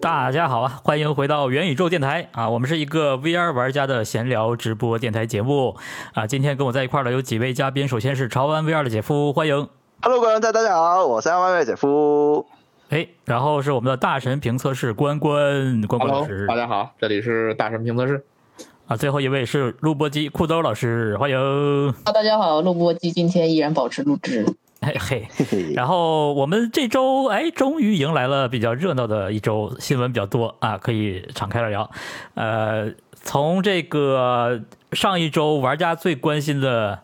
大家好啊，欢迎回到元宇宙电台啊，我们是一个 VR 玩家的闲聊直播电台节目啊。今天跟我在一块儿的有几位嘉宾，首先是潮玩 VR 的姐夫，欢迎。 Hello，观众大家好，我是阿外卖姐夫。哎，然后是我们的大神评测室关关关关老 Hello，师大家好，这里是大神评测室。啊，最后一位是录播机酷兜老师，欢迎。啊，大家好，录播机今天依然保持录制。嘿嘿。嘿嘿，然后我们这周哎，终于迎来了比较热闹的一周，新闻比较多啊，可以敞开了聊。呃，从这个上一周玩家最关心的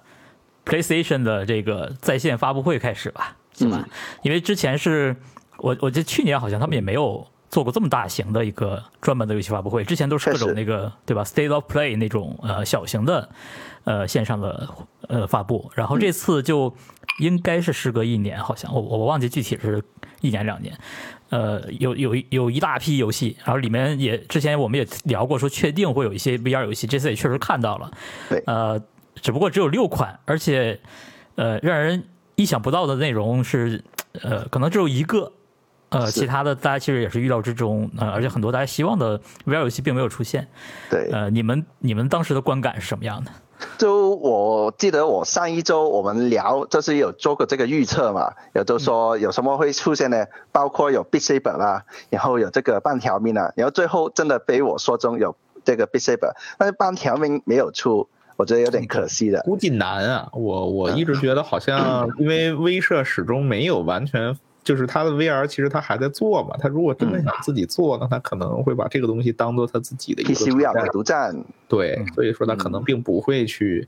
PlayStation 的这个在线发布会开始吧，行嗯吧？因为之前是我我记得去年好像他们也没有做过这么大型的一个专门的游戏发布会，之前都是各种确实那个对吧，State of Play 那种呃小型的呃线上的呃发布，然嗯后这次就应该是时隔一年，好像我我我忘记具体是一年两年，呃，有有一有一大批游戏，然后里面也之前我们也聊过，说确定会有一些 VR 游戏，这次也确实看到了，对呃，只不过只有六款，而且呃让人意想不到的内容是呃可能只有一个。呃，是其他的大家其实也是预料之中，呃，而且很多大家希望的 VR 游戏并没有出现。对，呃，你们你们当时的观感是什么样的？就我记得我上一周我们聊，就是有做过这个预测嘛，有就说有什么会出现呢？包括有必 C 本啦，然后有这个半条命啊，然后最后真的被我说中有这个必 C 本，但是半条命没有出，我觉得有点可惜的。估计难啊，我我一直觉得好 像，因为威社始终没有完全，就是他的 VR 其实他还在做嘛。他如果真的想自己做，那他可能会把这个东西当做他自己的一个 PC VR 存的在独占，对，所以说他可能并不会去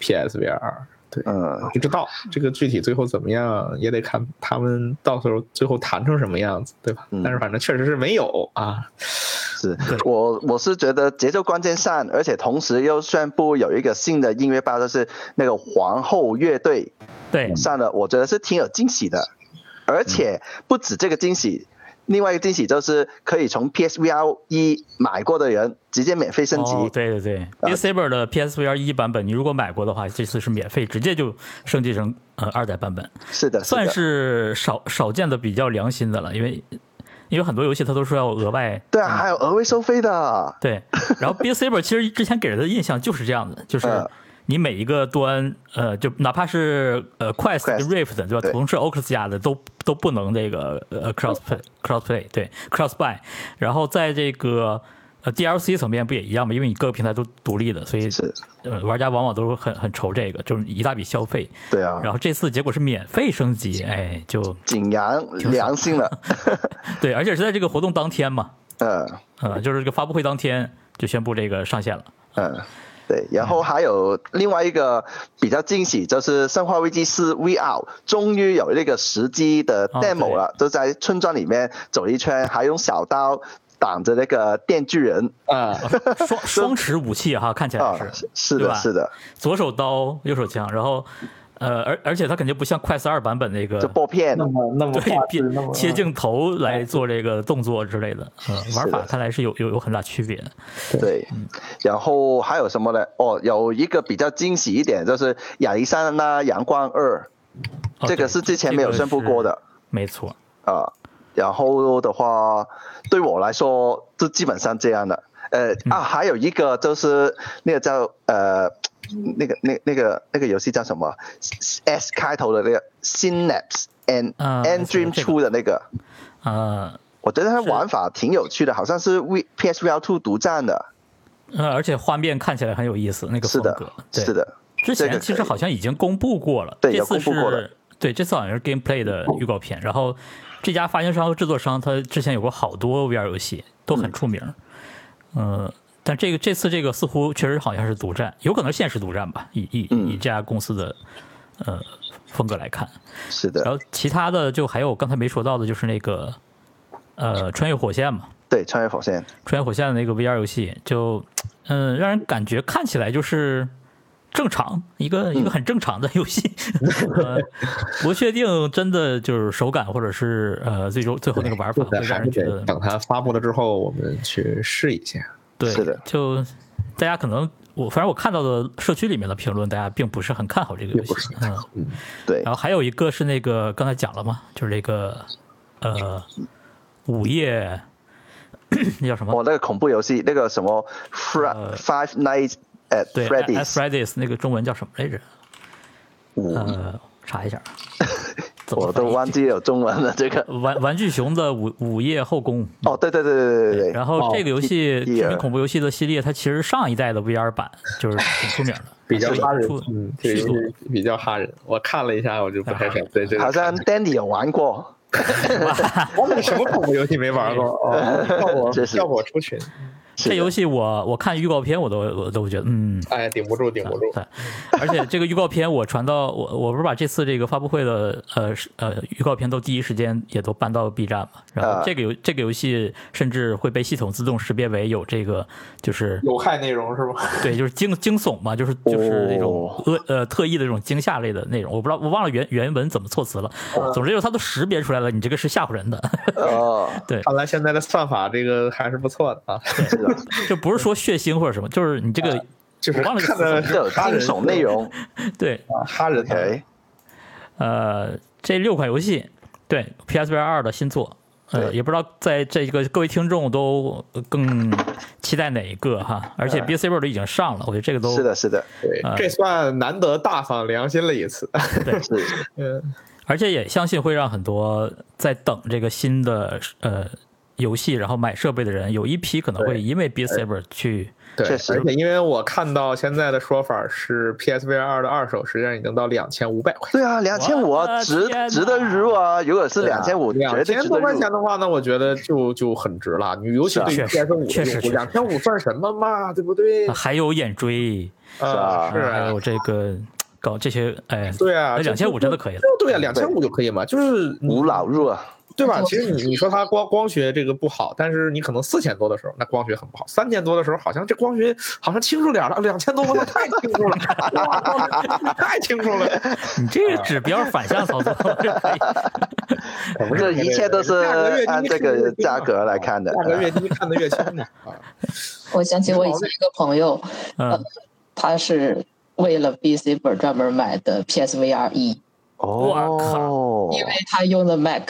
PSVR。对，嗯，不知道这个具体最后怎么样，也得看他们到时候最后谈成什么样子，对吧嗯？但是反正确实是没有啊。是我我是觉得节奏关键上，而且同时又宣布有一个新的音乐吧，就是那个皇后乐队对，上了，我觉得是挺有惊喜的。而且嗯不止这个惊喜，另外一个惊喜就是可以从 PSVR 一买过的人直接免费升级。啊哦、对对对 b i s a b e r 的 PSVR 一版本，你如果买过的话，这次是免费，直接就升级成呃二代版本，是的，算的是少少见的比较良心的了，因为因为很多游戏它都是要额外对啊，还有额外收费的。对，然后 b i s a b e r 其实之前给人的印象就是这样的，就是嗯你每一个端呃，就哪怕是呃 Quest 跟 Quest Rift 对吧，对同是 Oculus 架的都都不能这个呃 cross play cross play 对 cross buy，然后在这个。呃，DLC 层面不也一样吗？因为你各个平台都独立的，所以是，呃，玩家往往都是很很愁这个，就是一大笔消费。对啊然，后这次结果是免费升级，哎，就井然良心了。对，而且是在这个活动当天嘛， 嗯呃，就是这个发布会当天就宣布这个上线了。嗯。对，然后还有另外一个比较惊喜，就是《生化危机四 VR》终于有那个时机的哦 demo 对了，就在村庄里面走一圈，还用小刀挡着那个电锯人啊， 双双持武器哈，看起来啊是，是对的，吧是的，左手刀，右手枪，然后呃，而而且它肯定不像快四二版本那个就拨片，那么那么对画质那变么切镜头来做这个动作之类的，呃，玩哎是法的看来是有有有很大区别的。对，然后还有什么呢？哦，有一个比较惊喜一点，就是《亚历山大阳光二哦》，这个对是之前没有宣布过，这的个是没错。啊。然后的话，对我来说，就基本上这样的。呃嗯啊，还有一个就是那个叫呃，那个那那个那个游戏叫什么？S 开头的那个 Synapse and 啊 and 是 Dream 这个出的那个，呃我觉得它是玩法挺有趣的，好像是 V PSVR Two 独占的。呃，而且画面看起来很有意思，那个是风的格，，对是。的，之这前个其可实以好像已经公布过了，对这有次公布过了嗯是，对，这次好像是 gameplay 的预告片。然后这家发行商和制作商，他之前有过好多 VR 游戏，都很出名。嗯、但这个这次这个似乎确实好像是独占，有可能现实独占吧，以以、嗯以这家公司的呃风格来看。是然的，后其他的就还有刚才没说到的，就是那个呃穿越火线嘛，对，穿越火线，穿越火线的那个 VR 游戏，就嗯，让人感觉看起来就是正常，一个一个很正常的游戏， 呃，不确定真的就是手感或者是呃最终最后那个玩法就会得让人还是觉得得等它发布了之后，我们去试一下。对，是的就大家可能我反正我看到的社区里面的评论，大家并不是很看好这个游戏并不是，嗯，对然，后还有一个是那个刚才讲了嘛，就是那个呃午夜 那叫什么？哦，那个恐怖游戏，那个什么 Fra- 呃 Five Nights at 对哎 Freddy's， Freddy's 那个中文叫什么来着？五，呃，查一 下，怎么我都翻译忘记有中文了。这个玩玩具熊的午午夜后宫。哦，对对对对对对对，然后这个游戏哦知名恐怖游戏的系列，它其实上一代的 VR 版就是挺出名的， 比较哈人出，嗯，这续个作游戏比较哈人。我看了一下，我就不太想对这个。好像 Danny 有玩过，我们什么恐怖游戏没玩过？ 哦，叫我真是叫我出群，是这游的戏我我看预告片我都我都觉得嗯。哎，顶不住，顶不住。对， 而且这个预告片我传到我我不是把这次这个发布会的呃是呃预告片都第一时间也都搬到 B 站嘛，然后啊这个游这个游戏甚至会被系统自动识别为有这个就是有害内容是吗？对，就是惊惊悚嘛，就是就是那种恶呃特意的这种惊吓类的内容，我不知道我忘了原原文怎么措辞了。总之就是它都识别出来了，你这个是吓唬人的， 哦，看来现在的算法这个还是不错的啊，是的，就不是说血腥或者什么，就是你这个就是我忘了这看个的是有哈惊人悚内容。对啊哈人的 OK，呃这六款游戏，对 PSVR 二的新作。呃，对也不知道在这个各位听众都更期待哪一个呃哈，而且 B C B 都已经上了，我觉得这个都是的，是的，对啊，这算难得大放良心了一次。 是嗯，而且也相信会让很多在等这个新的呃游戏，然后买设备的人，有一批可能会对因为 Beat Saber 去对，确实而且因为我看到现在的说法是，PSVR 二的二手实际上已经到两千五百块。对啊，两千五我的值天哪值得入啊！如果是两千五，绝啊两对千值得多块入。钱的话，那我觉得就就很值了。你尤其对于啊确实 PS 五确实用户，确实两千五算什么嘛？对不对？呃还有眼追，呃啊，是还啊，有这个搞这些，哎，对啊，两千五真的可以了。就对啊，两千五就可以嘛，就是你无脑入啊，对吧？其实你你说它光光学这个不好，但是你可能四千多的时候，那光学很不好；三千多的时候，好像这光学好像清楚点了；两千多，我太清楚了，哇光学太清楚 了。你这个指标反向操作，这 可以这一切都是价格越低按这个价格来看的啊价格越低看得越清楚啊。我想起我以前一个朋友，嗯，他是为了 BC 本专门买的 PSVR 一，哦，E，因为他用的 Mac，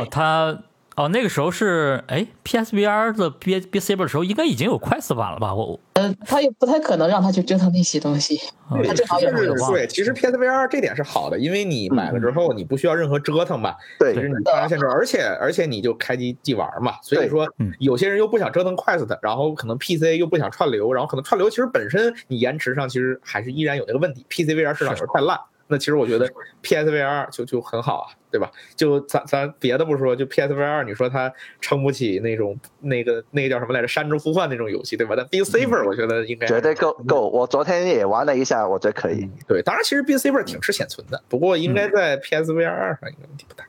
哦，他。哦，那个时候是哎，PSVR 的 B B C 的时候，应该已经有 Quest 版了吧？我嗯，他也不太可能让他去折腾那些东西。我对，哦这好像我也是忘了嗯对，其实 PSVR 这点是好的，因为你买了之后，你不需要任何折腾嘛，就对是你上下线装，而且而且你就开机即玩嘛，所以对说嗯有些人又不想折腾 Quest，然后可能 PC 又不想串流，然后可能串流其实本身你延迟上其实还是依然有那个问题，PCVR 市场有时候太烂。那其实我觉得 PSVR 就就很好啊，对吧？就咱咱别的不说，就 PSVR，你说它撑不起那种那个那个叫什么来着《山之呼唤》那种游戏，对吧？但 Beat Saber 我觉得应该绝对够够。我昨天也玩了一下，我觉得可嗯以。对，当然其实 Beat Saber 嗯挺吃显存的，不过应该在 PSVR 二上应该问题不大。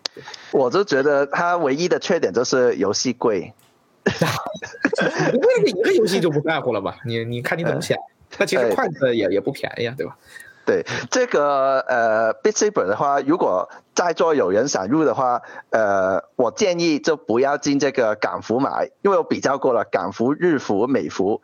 我就觉得它唯一的缺点就是游戏贵，你为了一个游戏就不在乎了吧？你你看你怎么想？那其实哎筷子也也不便宜啊，对吧？对这个呃 b i t s a b e r 的话，如果在座有人想入的话，呃，我建议就不要进这个港服买，因为我比较过了港服、日服、美服，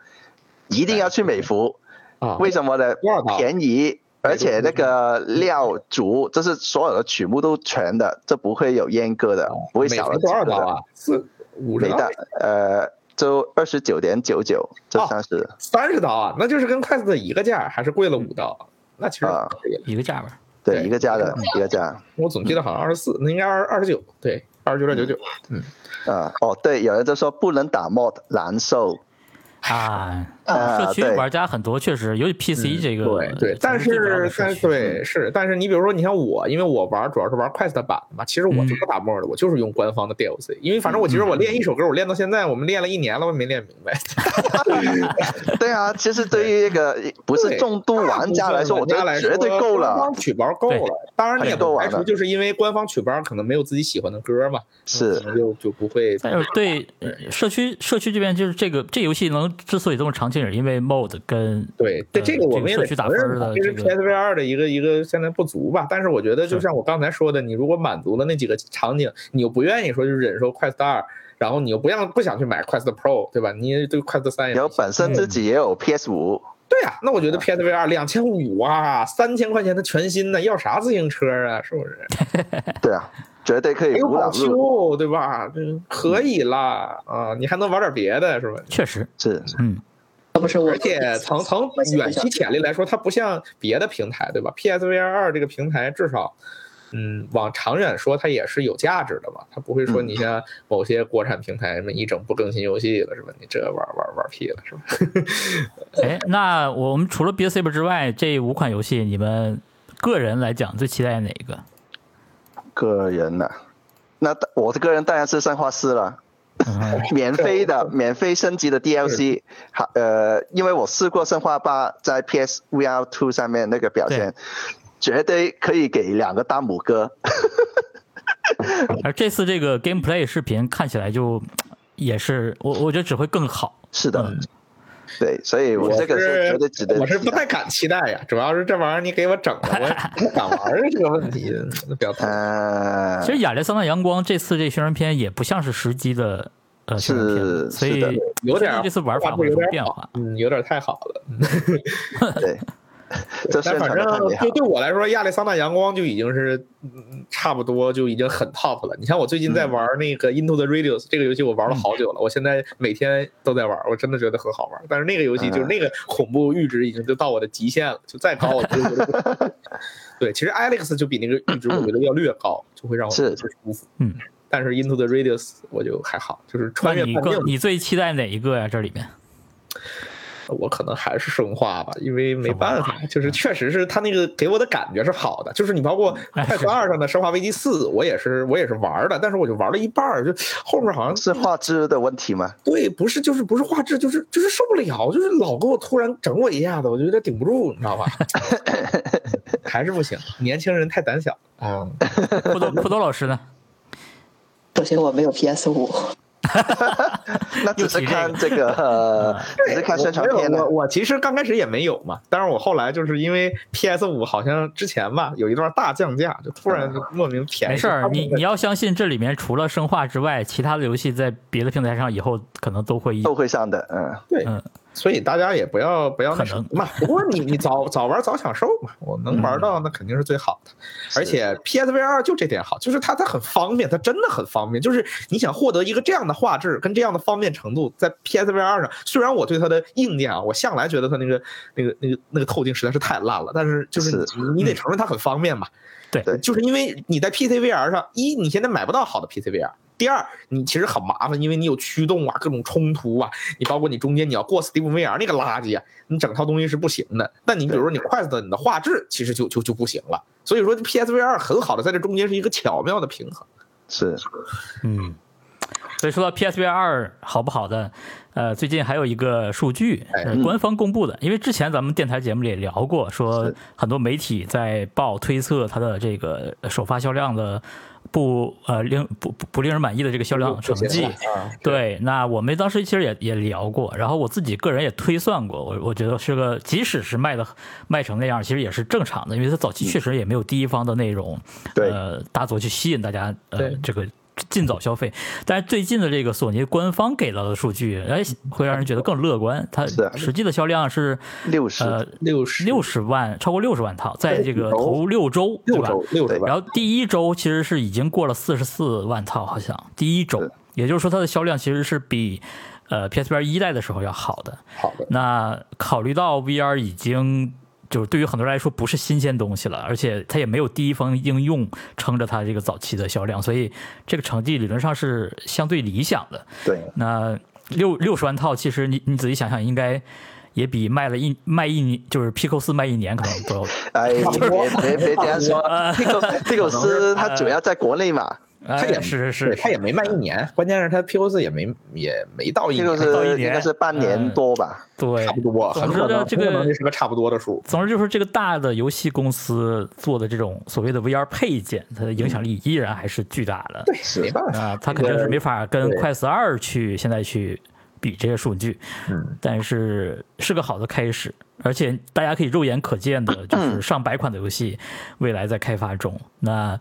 一定要去美服。啊为什么呢多少刀？便宜，而且那个料足，就是所有的曲目都全的，这不会有阉割的，不会少了哦多少几个刀的？啊？四五十没刀大，呃，就二十九点九九，这哦算是三十刀啊？那就是跟筷子的一个价，还是贵了五刀。那其实嗯啊可以了。一个价吧。对对一个价的一个价。我总记嗯得好像二十四，那应该二二十九，对，二十九点九九。嗯，啊，哦，对，有人就说不能打 mod 难受， 啊，啊社区对玩家很多，确实，尤其 PC 这个，嗯呃对对，但是但是对是，但是你比如说，你像我，因为我玩主要是玩 Quest 版的嘛，其实嗯我是不打墨的，我就是用官方的 DLC，因为反正我其实我练一首歌，我练到现在，我们练了一年了，我也没练明白。对啊，其实对于一个不是重度玩家来说，我觉大部分玩家得来绝对说够官了，方曲包够对了，当然你也太够不玩排除了就是因为官方曲包可能没有自己喜欢的歌嘛，是可能就就不会。但是对呃社区社区这边就是这个这游戏能之所以这么长青，也是因为 mod 跟对，对呃这个我们也这个社得区打承分认吧的，这是这个 PSVR 的一个一个现在不足吧。但是我觉得，就是像我刚才说的，你如果满足了那几个场景，你又不愿意说去忍受 Quest 二，然后你又不让不想去买 Quest Pro，对吧？你也对 Quest 三也然不后本身自己也有 PS 五，对啊，那我觉得 PSVR 两千五啊，三千块钱的全新呢，要啥自行车啊？是不是？对啊，绝对可以没有无好脑入，修，对吧？这可以啦啊，你还能玩点别的，是吧？确实，是嗯，要不是我，而且从从远期潜力来说，它不像别的平台，对吧？PSVR 二这个平台至少，嗯，往长远说，它也是有价值的嘛。它不会说嗯你像某些国产平台什么一整不更新游戏了，是吧？你这玩玩玩屁了，是吧？哎，那我们除了 Beat Saber 之外，这五款游戏你们个人来讲最期待哪个？个人的、那我的个人当然是生化四了。嗯免费的、免费升级的 DLC，好，呃，因为我试过《生化八》在 PS VR Two 上面那个表现，绝对可以给两个大拇哥。而这次这个 gameplay 视频看起来就也是我我觉得只会更好。是的，嗯对，所以我这个是绝对值得期待。我是不太敢期待呀，主要是这玩意儿你给我整了，我也不敢玩这个问题，嗯比 较头疼。呃，哎其实《亚历山大阳光》这次这宣传片也不像是实机的呃宣传片，是所是的以有点相信这次玩法会有有什点么变化？嗯，有点太好了。 对，这宣传但反的正特别好对。对我来说，亚利桑那阳光就已经是嗯差不多就已经很 top 了。你像我最近嗯在玩那个 Into the Radius、这个游戏，我玩了好久了，我现在每天都在玩，我真的觉得很好玩。但是那个游戏就是嗯那个恐怖阈值已经就到我的极限了，就再高我就觉得 不行。对，其实 Alex 就比那个阈值我觉得要略高，就会让我是不舒服。嗯。但是 Into the Radius 我就还好，就是那穿越你半径更你最期待哪一个呀、这里 面我可能还是生化吧，因为没办法，嗯就是确实是他那个给我的感觉是好的，就是你包括《嗯 快车二》上的《生化危机四》，我也是我也是玩的，但是我就玩了一半儿，就后面好 像是画质的问题吗？对，不是就是不是画质，就是就是受不了，就是老给我突然整我一下子，我就有点顶不住，你知道吧？ 还是不行，年轻人太胆小啊、嗯库多库多老 师呢？首先我没有 PS 五，那只是看 这个，呃，嗯只是看宣传片啊我呢我。我其实刚开始也没有嘛，但是我后来就是因为 PS 五好像之前吧有一段大降价，就突嗯然就莫名便宜。没事儿，你你要要相信这里面除了生化之外，其他的游戏在别的平台上以后可能都会有。都会上的，嗯，对嗯，所以大家也不要不要那可什能么嘛。不过你你早早玩早享受嘛，我能玩嗯到那肯定是最好的。而且 PSVR 就这点好，就是它它很方便，它真的很方便。就是你想获得一个这样的画质跟这样的方便程度，在 PSVR 上，虽然我对它的硬件啊，我向来觉得它那个那个那个那个透镜实在是太烂了，但是就是你是你得承认它很方便嘛。对对就是因为你在 PCVR 上，一你现在买不到好的 PCVR。第二，你其实很麻烦，因为你有驱动啊，各种冲突啊，你包括你中间你要过 Steam VR 那个垃圾啊，你整套东西是不行的。但你比如说你 Quest 你的画质其实就就就不行了，所以说 PSVR 很好的在这中间是一个巧妙的平衡。是嗯，所以说到 PSVR 二好不好的，呃，最近还有一个数据哎是官方公布的，因为之前咱们电台节目里也聊过，说是很多媒体在报推测它的这个呃首发销量的不呃令不不不令人满意的这个销量成绩。啊，对，那我们当时其实也也聊过，然后我自己个人也推算过，我我觉得是个，即使是卖的卖成那样，其实也是正常的，因为它早期确实也没有第一方的内容，对呃，大作去吸引大家呃对这个尽早消费。但是最近的这个索尼官方给到的数据，哎，会让人觉得更乐观，它是实际的销量是六十，呃六十六十万，超过六十万套，在这个头头六周，对六吧？周六十对万，然后第一周其实是已经过了四十四万套，好像第一周是，也就是说它的销量其实是比呃 PSVR 一代的时候要好的。好的，那考虑到 VR 已经就是对于很多人来说不是新鲜东西了，而且它也没有第一方应用撑着它这个早期的销量，所以这个成绩理论上是相对理想的。对，那六六十万套，其实你你仔细想想，应该也比卖了一卖一年，就是 Pico 四卖一年可能都要哎，你别别别这 样说，这呃个这个是它主要在国内嘛，哎它也是是是对，他也没卖一年，关键是他 PO 四也没也没到一这年，个到一嗯是年应该是半年多吧，对差不多，总很可之呢能这很可个能这是个差不多的数。总之就是这个大的游戏公司做的这种所谓的 VR 配件，它的影响力依然还是巨大的。对，是没 办法，啊、它肯定是没法跟对快四二去现在去比这些数据，嗯，但是是个好的开始，而且大嗯家可以肉眼可见的，就是上百款的游戏未来在开发中。那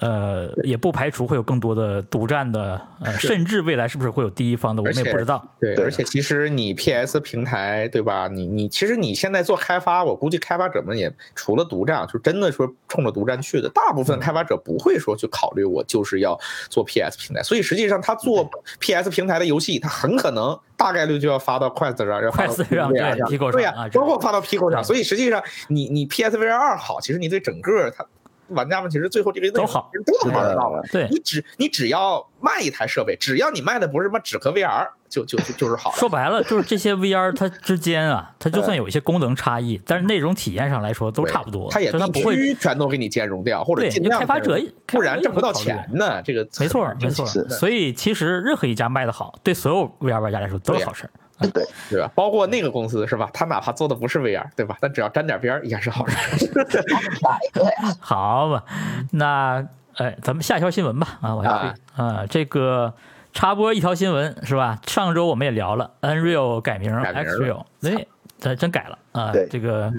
呃，也不排除会有更多的独占的，呃，是甚至未来是不是会有第一方的，我们而也且不知道。对，对而且其实你 PS 平台对吧？你你其实你现在做开发，我估计开发者们也除了独占，就真的说冲着独占去的，大部嗯分开发者不会说去考虑我就是要做 PS 平台，所以实际上他嗯做 PS 平台的游戏，他很可能大概率就要发到筷子上，要发到 Quest 上 PSVR 上对 Pico 对上呀、啊这包个括发到 Pico 上，对所以实际上你你 PSVR 二好，其实你对整个它玩家们其实最后这个内容都好其实都能玩得到的。对， 你只你只要卖一台设备，只要你卖的不是什么纸壳 VR，就就就就是好的。说白了就是这些 VR 它之间啊，它就嗯算有一些功能差异，但是内容体验上来说都差不多，它也就它必不会。须全都给你兼容掉，或者对尽量开发者兼容开发者不然挣不到也会考虑钱呢。这个没错很，没错。是所以其实任何一家卖的好，对所有 VR 玩家来说都是好事儿。对，对吧？包括那个公司是吧？他哪怕做的不是 VR，对吧？但只要沾点边儿也是好事。哪一个呀？ 好嘛，那哎，咱们下一条新闻吧。啊，我要啊啊、这个插播一条新闻是吧？上周我们也聊了，Unreal 改名改名 Xreal，哎，咱真改了啊、对这个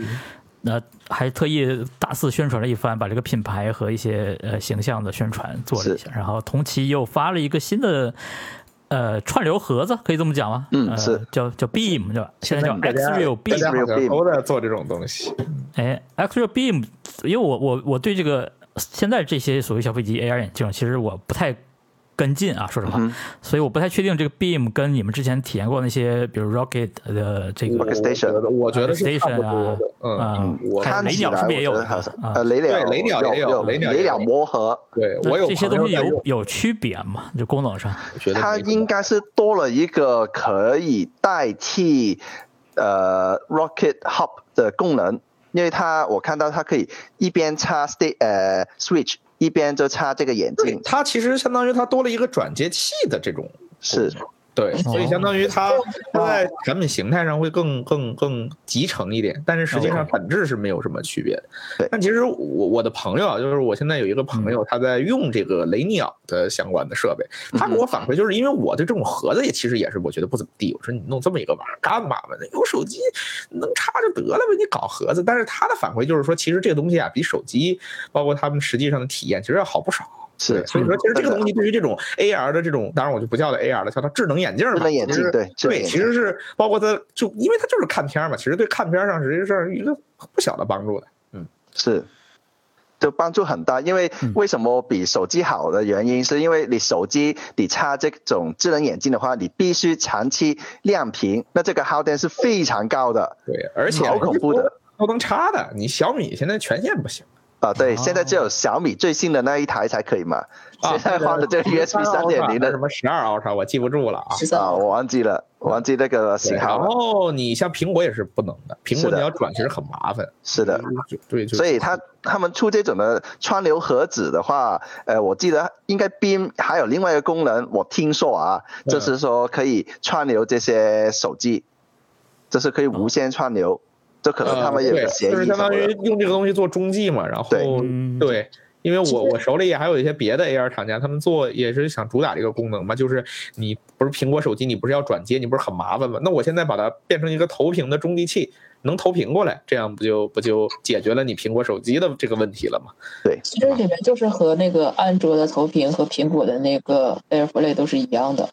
呃还特意大肆宣传了一番，把这个品牌和一些呃形象的宣传做了一下，然后同期又发了一个新的。呃，串流盒子可以这么讲吗？嗯呃是叫叫 Beam 对吧？现在叫大家 Xreal 大 Beam，家好 Beam 像都在做这种东西。哎，Xreal Beam，因为我我我对这个现在这些所谓小飞机 AR 眼镜，其实我不太跟进啊，说实话，嗯所以我不太确定这个 Beam 跟你们之前体验过那些，比如 Rocket 的这个 Workstation 我觉得我觉得是差不 Station 多啊的，。嗯。啊，我还有看雷起鸟来是不是我也有觉的得好像啊呃，雷鸟对雷鸟也有有雷鸟也雷有鸟魔盒，对，那我有这些朋友东西在有用，有区别吗？就功能上，我觉得它没什么应该是多了一个可以代替呃 Rocket Hub 的功能，因为它我看到它可以一边插 Sta 呃 Switch，一边就插这个眼对镜，它其实相当于它多了一个转接器的这种，是对，所以相当于它它在产品形态上会更更更集成一点，但是实际上 OK 本质是没有什么区别的。对但其实我我的朋友啊，就是我现在有一个朋友，他在用这个雷鸟的相关的设备，他给我反馈就是因为我对这种盒子也其实也是我觉得不怎么地，我说你弄这么一个玩意儿干嘛吧？那有手机能插就得了呗，你搞盒子。但是他的反馈就是说，其实这个东西啊，比手机包括他们实际上的体验其实要好不少。是所以说，其实这个嗯东西对于这种 AR 的这种，当然我就不叫它 AR 了，叫它智能眼镜吧。智能眼其镜实对智能对，眼其镜实是包括它，就因为它就是看片儿嘛，其实对看片儿上实际上是一个不小的帮助的。是，就帮助很大。因为嗯为什么比手机好的原因，是因为你手机你插这种智能眼镜的话，你必须长期亮屏，那这个耗电是非常高的对，而且嗯好恐怖的都能插的，你小米现在权限 不行啊。对，哦现在只有小米最新的那一台才可以嘛。啊。现在换的这个 USB 三点零什的么十二 Ultra 我记不住了哦啊。十三啊，我忘记了，我忘记那个型对号然了。后你像苹果也是不能的，苹是果的你要转其实很麻烦。是的，就对，就所以他他们出这种的川流盒子的话，呃，我记得应该 Beam 还有另外一个功能，我听说啊，嗯就是说可以串流这些手机，就是可以无线串流，这可能他们也有呃啊对个协就是议相什么当于的。用这个东西做中继嘛，然后对嗯对因为我其实我手里也还有一些别的 AR 厂家，他们做也是想主打这个功能嘛，就是你不是苹果手机，你不是要转接，你不是很麻烦吗？那我现在把它变成一个投屏的中继器，能投屏过来，这样不就不就解决了你苹果手机的这个问题了吗？其实里面就是和那个安卓的投屏和苹果的那个 AirPlay 都是一样的。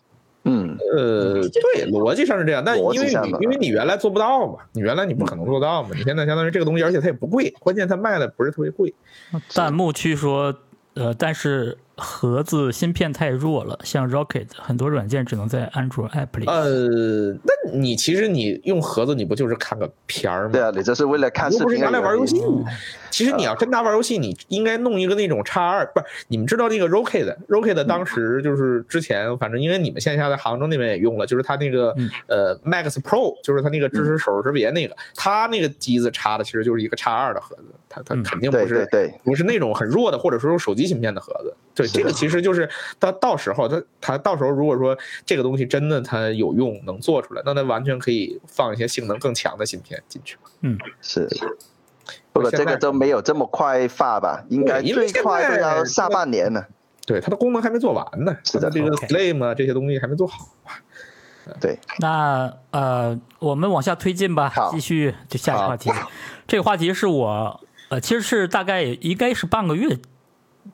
嗯，呃，对，逻辑上是这样，但因逻为辑上你的嗯因为你原来做不到嘛，你原来你不可能做到嘛，你现在相当于这个东西，而且它也不贵，关键它卖的不是特别贵。弹幕区说，呃，但是盒子芯片太弱了，像 Rocket 很多软件只能在安卓 App 里。呃，那你其实你用盒子，你不就是看个片儿吗？对啊，你这是为了看嗯又视不是频拿来而已玩游戏。啊其实你要真拿玩游戏，你应该弄一个那种叉二，不是？你们知道那个 Rocket 嗯 Rocket 当时就是之前，反正因为你们线下在杭州那边也用了，就是它那个嗯呃 Max Pro，就是它那个支嗯持手识别那个，它那个机子插的其实就是一个叉二的盒子，它它嗯肯定不对是对对，不是那种很弱的，或者说用手机芯片的盒子。对，是的这个其实就是它到时候它它到时候如果说这个东西真的它有用能做出来，那它完全可以放一些性能更强的芯片进去。是。不过这现在个都没有这么快发吧，应该对因为最快都现要在下半年了。对，它的功能还没做完呢，是的它这个 OK Slay 啊这些东西还没做好啊。对，那呃，我们往下推进吧，好继续就下一个话题。这个话题是我呃，其实是大概应该是半个月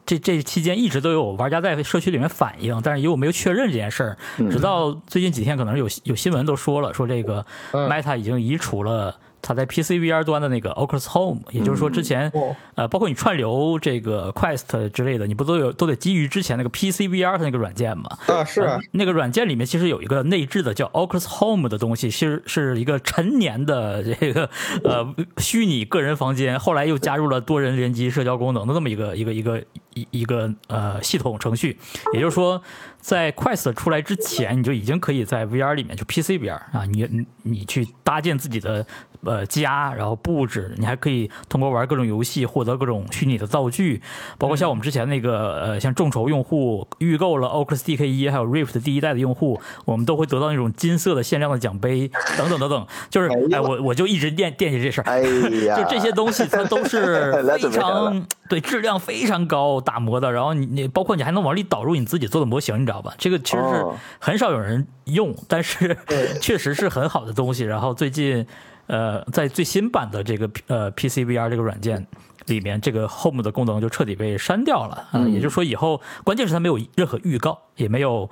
这这期间一直都有玩家在社区里面反映，但是也我没有确认这件事儿，直到最近几天可能有有新闻都说了，说这个嗯 Meta 已经移除了。它在 PC VR 端的那个 Oculus Home，也就是说之前、哦呃，包括你串流这个 Quest 之类的，你不都有都得基于之前那个 PC VR 的那个软件吗？啊，是啊呃，那个软件里面其实有一个内置的叫 Oculus Home 的东西，是是一个陈年的 这个呃虚拟个人房间，后来又加入了多人联机社交功能的这么一个一个一个一一个呃系统程序。也就是说，在 Quest 出来之前，你就已经可以在 VR 里面就 PC VR 啊，你你你去搭建自己的呃家，然后布置，你还可以通过玩各种游戏获得各种虚拟的道具，包括像我们之前那个呃，像众筹用户预购了 Oculus DK 一还有 Rift 第一代的用户，我们都会得到那种金色的限量的奖杯等等等等，就是哎，我我就一直惦惦记这事儿。哎 呀，就这些东西，它都 是那非怎么想常对质量非常高打磨的，然后你你包括你还能往里导入你自己做的模型，你知道吧？这个其实是哦很少有人用，但是对 确实是很好的东西。然后最近呃，在最新版的这个呃 PC VR 这个软件。里面这个 Home 的功能就彻底被删掉了啊、嗯也就是说以后关键是它没有任何预告，也没有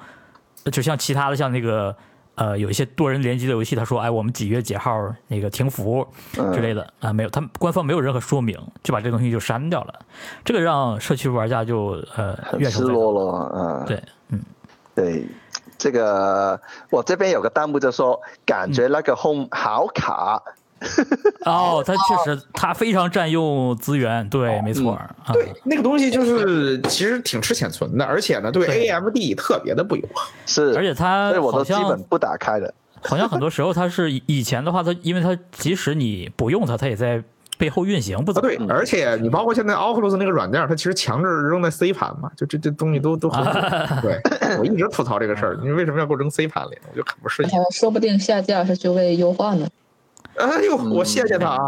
就像其他的像那个呃有一些多人联机的游戏，他说哎我们几月几号那个停服嗯之类的啊、没有，他们官方没有任何说明，就把这东西就删掉了，这个让社区玩家就呃很怨失声载道。落咯，嗯，对，对，这个我这边有个弹幕就说，感觉那个 Home 好卡，哦，他确实他非常占用资源，对，没错儿哦啊。嗯对，那个东西就是其实挺吃潜存的，而且呢，对对 AMD 特别的不友好。是，啊而且呃它所以我好都基像本不打开的。好像很多时候它是以以前的话，它因为它即使你不用它，它也在背后运行，不啊，怎么对，而且你包括现在 Oculus 那个软件，它其实强制扔在 C 盘嘛，就这这东西都都很。 对，我一直吐槽这个事儿，你为什么要给我扔 C 盘里？我就很不顺它眼。说不定下架是就为优化呢。哎呦，我谢谢他啊，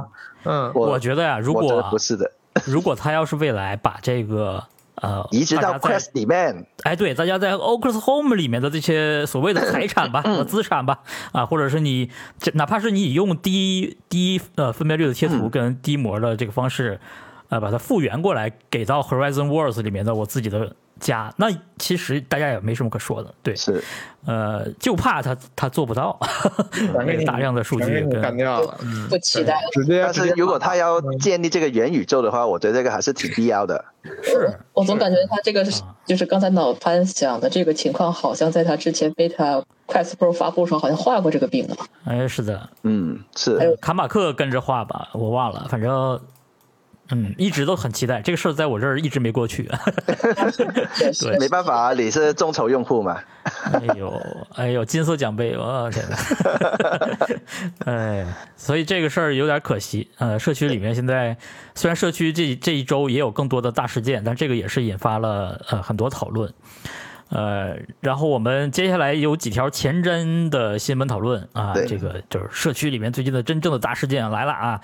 嗯，我我觉得呀、如我觉果得不是的，如果他要是未来把这个呃移植到大家在 Quest 里面，哎，对，大家在 Oculus Home 里面的这些所谓的财产 吧、嗯呃资产吧，啊，或者是你这哪怕是你用低低呃分辨率的贴嗯图跟低模的这个方式，呃，把它复原过来，给到 Horizon Worlds 里面的我自己的家，那其实大家也没什么可说的，对，是呃，就怕他他做不到，全给你大量的数嗯全给据你干跟。嗯掉了，不期待了。直接但直是接如果他要建立这个元宇宙的话，我觉得这个还是挺必要的。是我总感觉他这个是啊就是刚才脑潘想的这个情况，好像在他之前 Beta Quest Pro 发布时候好像画过这个病啊。哎，是的，嗯，还是有卡马克跟着画吧，我忘了，反正，嗯，一直都很期待这个事儿，在我这儿一直没过去。也是没办法，你是众筹用户嘛。哎呦，哎呦，金色奖杯，我天哪！哎，所以这个事儿有点可惜。呃，社区里面现在虽然社区这这一周也有更多的大事件，但这个也是引发了呃很多讨论。呃，然后我们接下来有几条前瞻的新闻讨论啊，对这个就是社区里面最近的真正的大事件来了啊。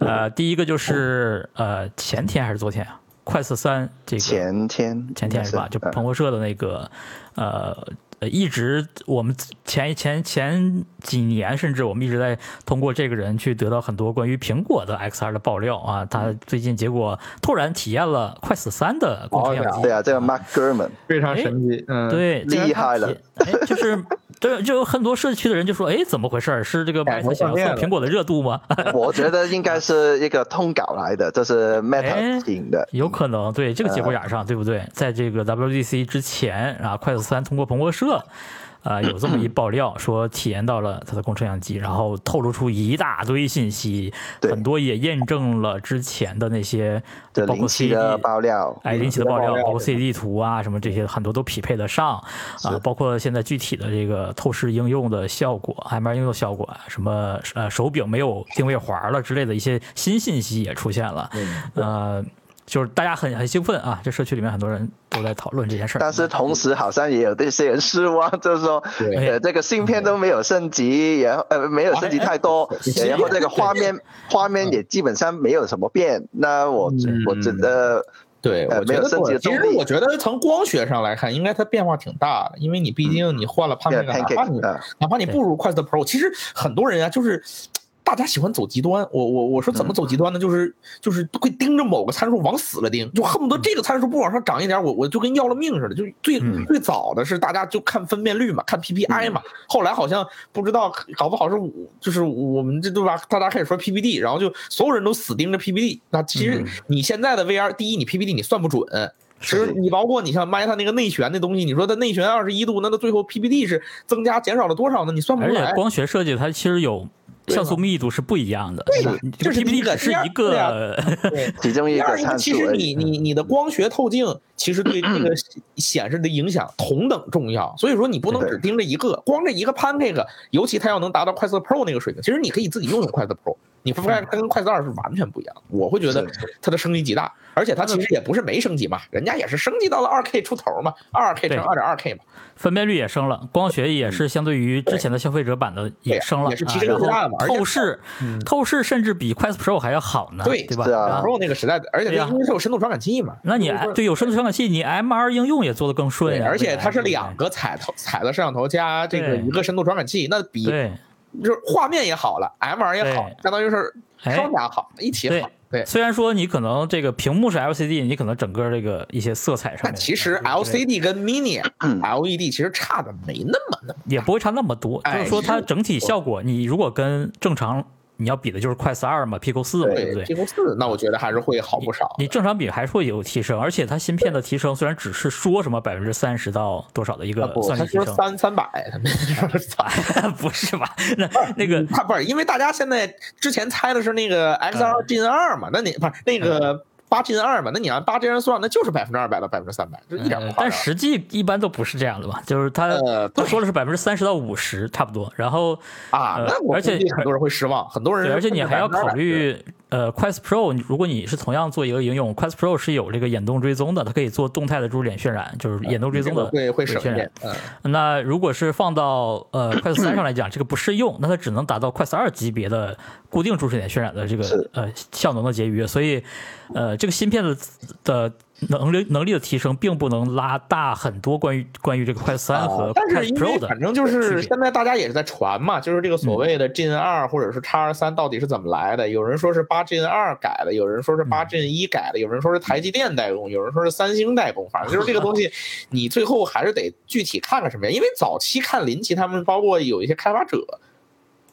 呃，第一个就是呃前天还是昨天啊，快四三这个前天，前天是吧？就嗯彭博社的那个，呃，呃一直我们前前前几年，甚至我们一直在通过这个人去得到很多关于苹果的 XR 的爆料啊。他最近结果突然体验了快死三的光哦好天家眼伙对啊，这个 Mark Gurman 非常神奇，嗯，，对，竟然厉他害了体。哎，就是就就有很多社区的人就说，哎，怎么回事儿？是这个改 Meta 头想换面要蹭了苹果的热度吗？我觉得应该是一个通稿来的，这是哎 Meta 请的。有可能对这个节骨呃眼上，对不对？在这个 WDC 之前啊，快速三通过彭博社，啊、有这么一爆料，说体验到了它的工程相机，然后透露出一大堆信息，对很多也验证了之前的那些，这包括零七的 CAD 爆料，哎，引起的的爆爆料，料包括对 CAD 图啊什么这些，很多都匹配得上啊是，包括现在具体的这个透视应用的效果，MR 应用的效果，什么呃手柄没有定位环了之类的一些新信息也出现了，呃，就是大家很很兴奋啊，这社区里面很多人都在讨论这 件事儿但，是同时好像也有这些人失望，就是说，对呃，这个芯片都没有升级，然后呃没有升级太多呃哎哎，然后这个画面画面也基本上没有什么变。那我嗯我觉得对，呃我没觉有得升级的其实动力我觉得从光学上来看，应该它变化挺大的，因为你毕竟你换了 p a n 变 c a k 哪怕你 pancake 啊，哪怕你不如 Quest Pro，其实很多人啊，就是大家喜欢走极端。我我我说怎么走极端呢？就是就是会盯着某个参数往死了盯，就恨不得这个参数不往上涨一点，我我就跟要了命似的。就最嗯最早的是大家就看分辨率嘛，看 PPI 嘛，后来好像不知道搞不好是五，就是我们这对吧？大家开始说 PPD，然后就所有人都死盯着 PPD。那其实你现在的 VR，第一你 PPD 你算不准，其实你包括你像 Meta 那个内悬那东西，你说它内悬二十一度，那它最后 PPD 是增加减少了多少呢？你算不而出且来。光学设计它其实有对像吧素密度是不一样的，呀你这这个是第 PPT 一个只是第二一个，对其中一第个二参其数实而你已。你你的光学透镜其实对这 个显显示的影响同等重要，所以说你不能对只盯着一个，光这一个 Pancake，尤其它要能达到快色 Pro 那个水平，其实你可以自己用用快色 Pro，你发现它跟快色二是完全不一样的。我会觉得它的升级极大，而且它其实也不是没升级嘛，人家也是升级到了二 K 出头嘛，二 K 对乘二点二 K 嘛，分辨率也升了，光学也是相对于之前的消费者版的也升了，也是啊提升然更大后嘛而且透视，透视甚至比 Quest Pro 还要好呢，对对吧？是啊然后 Pro 那个时代的，而且对它呀因为它有深度传感器嘛，那你所以说对有深度传感器，你 MR 应用也做得更顺对，呀，而且未来它是对不对两个彩头彩的摄像头加这个对一个深度传感器，那比对，就是画面也好了，MR 也好对，相当于是哎双加好，一起好。对，虽然说你可能这个屏幕是 LCD，你可能整个这个一些色彩上但面，其对实对 LCD 跟 Mini、LED 其实差的没那么那么。也不会差那么多，就哎是说它整体效果，你如果跟正常你要比的就是快四二嘛，Pico 四嘛，对不对？ ，P 四那我觉得还是会好不少。你正常比还是会有提升，而且它芯片的提升虽然只是说什么百分之三十到多少的一啊个不，算他力提说升，三三百，他没说 三。不是 吧？那那个他不是因为大家现在之前猜的是那个嗯 XR 进二嘛，那你不是那个八进二嘛？那你按八进二算，那就是百分之二百到百分之三百，就一点不呃夸张。但实际一般都不是这样的吧？就是它呃他对说的是百分之三十到五十差不多，然后啊，呃那我而且估计很多人会失望，很多人对，而且你还要考100%虑，呃，Quest Pro，你如果你是同样做一个应用，Quest Pro 是有这个眼动追踪的，它可以做动态的注入脸渲染，就是眼动追踪啊这个的会会省渲一染点。。嗯，那如果是放到呃 Quest 三上来讲，这个不适用，那它只能达到 Quest 二级别的固定注视点渲染的这个是呃效能的节约，所以呃这个芯片的的能力能力的提升，并不能拉大很多关于关于这个 Quest 三和啊哦但是 Quest 因 Pro 为的，反正就区是别嗯现在大家也是在传嘛，就是这个所谓的 Gen 二或者是 X 二三到底是怎么来的？有人说是八 Gen 二改的，有人说是嗯八 Gen 一改的，有人说是台积电代工，有人说是三星代工，反 正就是这个东西，你最后还是得具体看看什么样。因为早期看林奇他们，包括有一些开发者。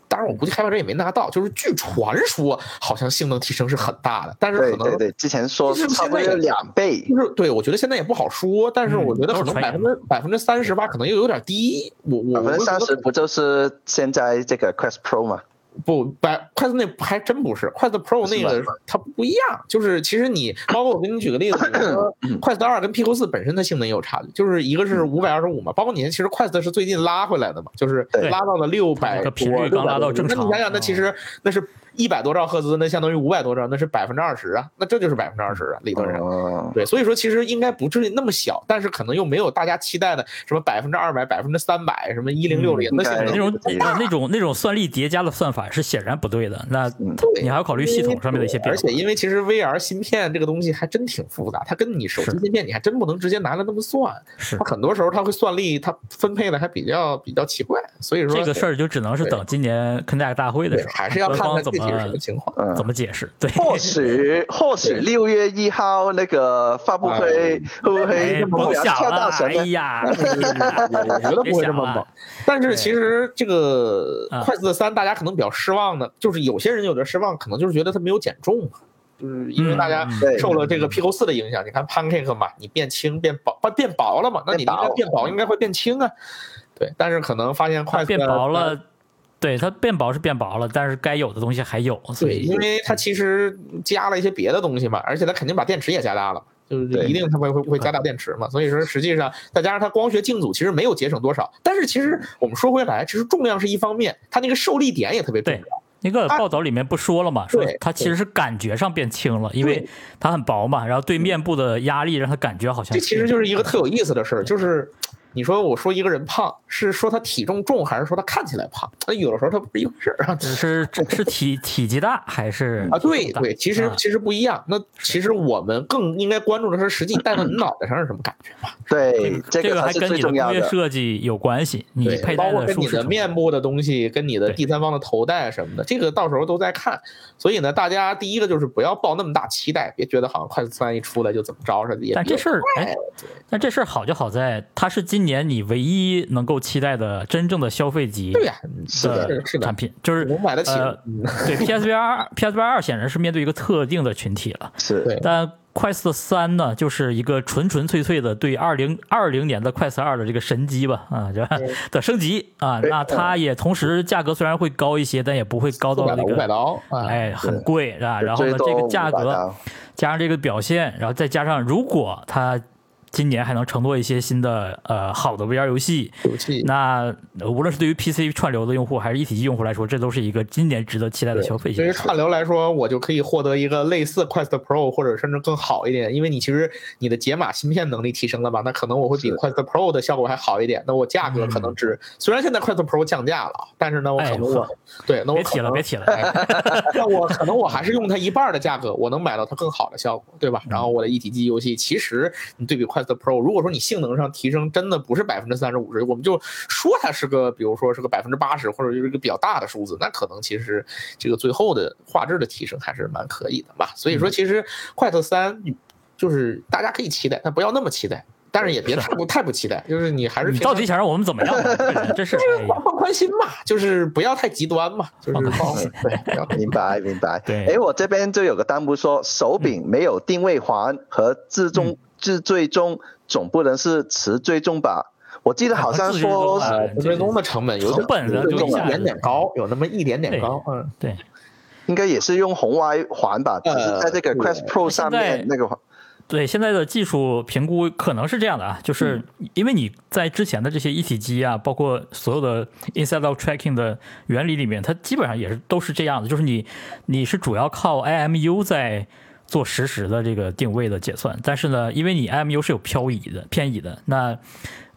当然，我估计开发者也没拿到，就是据传说，好像性能提升是很大的，但是呃对可能对对，之前说就是差不多现在有两倍，就是对我觉得现在也不好说，但是嗯我觉得可都能是百传分言之百分之三十吧，可能又有点低。我嗯我百分之三十我不就是现在这个 Quest Pro 吗？不百筷子那还真不是筷子 Pro 那个是吧它不一样，就是其实你包括我给你举个例子，比如说嗯筷子二跟 Pico 四本身它性能也有差距，就是一个是五百二十五嘛，包括你其实筷子是最近拉回来的嘛，就是对拉到了六它百那个多，频率刚拉到正常啊那你想想，那其实那是一百多兆赫兹，那相当于五百多兆，那是百分之二十啊，那这就是百分之二十啊，理论上。哦，对，所以说其实应该不至于那么小，但是可能又没有大家期待的什么百分之二百、百分之三百、什么一零六零的嗯性对那能。种对那那种那种算力叠加的算法是显然不对的。那嗯对你还要考虑系统上面的一些变而化且。因为其实 VR 芯片这个东西还真挺复杂，它跟你手机是芯片你还真不能直接拿来那么算，是它很多时候它会算力，它分配的还比较比较奇怪，所以说这个事儿就只能是等今年 Connect 大会的对时候，还是要官看方看怎具体是什么么情况。嗯怎么解释。对，或许或许六月一号那个发布会会不会哎，那么甭要想跳了大，神哎呢？呀，我觉得不会这么猛。但是其实这个对啊快速三，大家可能比较失望的，就是有些人有的失望，可能就是觉得它没有减重嘛，就是因为大家嗯对受了这个 Pico 四的影响。你看 Pancake 嘛，你变轻变薄，不变薄了嘛，那你应该变变薄，应该会变轻啊。对，但是可能发现快速啊变薄，了。对它变薄是变薄了，但是该有的东西还有，所对，以因为它其实加了一些别的东西嘛，而且它肯定把电池也加大了。就是对一定它会会会加大电池嘛，所以说实际上再加上它光学镜组其实没有节省多少，但是其实我们说回来，其实重量是一方面，它那个受力点也特别重要对。那个报道里面不说了嘛，说对它其实是感觉上变轻了，因为对它很薄嘛，然后对面部的压力让它感觉好像这其实就是一个特有意思的事儿，就是你说我说一个人胖，是说他体重重，还是说他看起来胖？那有的时候他不是一回事儿啊。只呃是只是体体积大还是啊，对大对，其实啊其实不一样。那其实我们更应该关注的是实际带到嗯你脑袋上是什么感觉吧？对，这这个个才还是跟最你的重要工业的。设计有关系，你对，佩包戴括跟舒你适的程面度部的东西，跟你的对第三方的头戴什么的，这个到时候都在看。所以呢，大家第一个就是不要抱那么大期待，别觉得好像快速三一出来就怎么着似的。也但这别事儿哎哎，但这事儿好就好在它是今年你唯一能够期待的真正的消费级对呀、是的的是的产品，就是我买得起。呃嗯对 PSVR 二 PSVR 二显然是面对一个特定的群体了，是，对但快四三呢，就是一个纯纯粹粹的对二零二零年的快四二的这个神机吧，啊，这的升级啊，那它也同时价格虽然会高一些，但也不会高嗯四到百那到五百个刀啊，哎很贵是吧？然后最呢，这个多价500格刀加上这个表现，然后再加上如果它今年还能承诺一些新的呃好的 VR 游戏，游戏那呃无论是对于 PC 串流的用户还是一体机用户来说，这都是一个今年值得期待的消费对于型。串流来说，我就可以获得一个类似 Quest Pro 或者甚至更好一点，因为你其实你的解码芯片能力提升了嘛，那可能我会比是 Quest Pro 的效果还好一点。那我价格可能只、虽然现在 Quest Pro 降价了，但是呢，我可嗯哎能我、呵对，那我别可提了，能别提了。哎 那我可能我还是用它一半的价格，我能买到它更好的效果，对嗯吧？然后我的一体机游戏，其实你对比 Quest Pro，如果说你性能上提升真的不是百分之三十五十，我们就说它是个，比如说是个百分之八十，或者就是一个比较大的数字，那可能其实这个最后的画质的提升还是蛮可以的吧。所以说，嗯其实 Quest 三就是大家可以期待，但不要那么期待。但是也别太不太不期待，就是你还是啊你平到常底想让我们怎么样？这 是哎放放宽心嘛，就是不要太极端嘛，就是放对，不要太明白明白。对哎，我这边就有个弹幕说，手柄没有定位环和至终至最终总不能是持追踪吧？我记得好像说啊呃，不追踪的成本有成点本呢有就那么一一下点子点高，有那么一点点高，嗯，对，应该也是用红外环吧，只呃是在这个对 Quest Pro 上面现在那个环对现在的技术评估可能是这样的啊，就是因为你在之前的这些一体机啊，包括所有的 inside out tracking 的原理里面，它基本上也是都是这样的，就是你你是主要靠 IMU 在做实时的这个定位的解算，但是呢，因为你 IMU 是有漂移的偏移的，那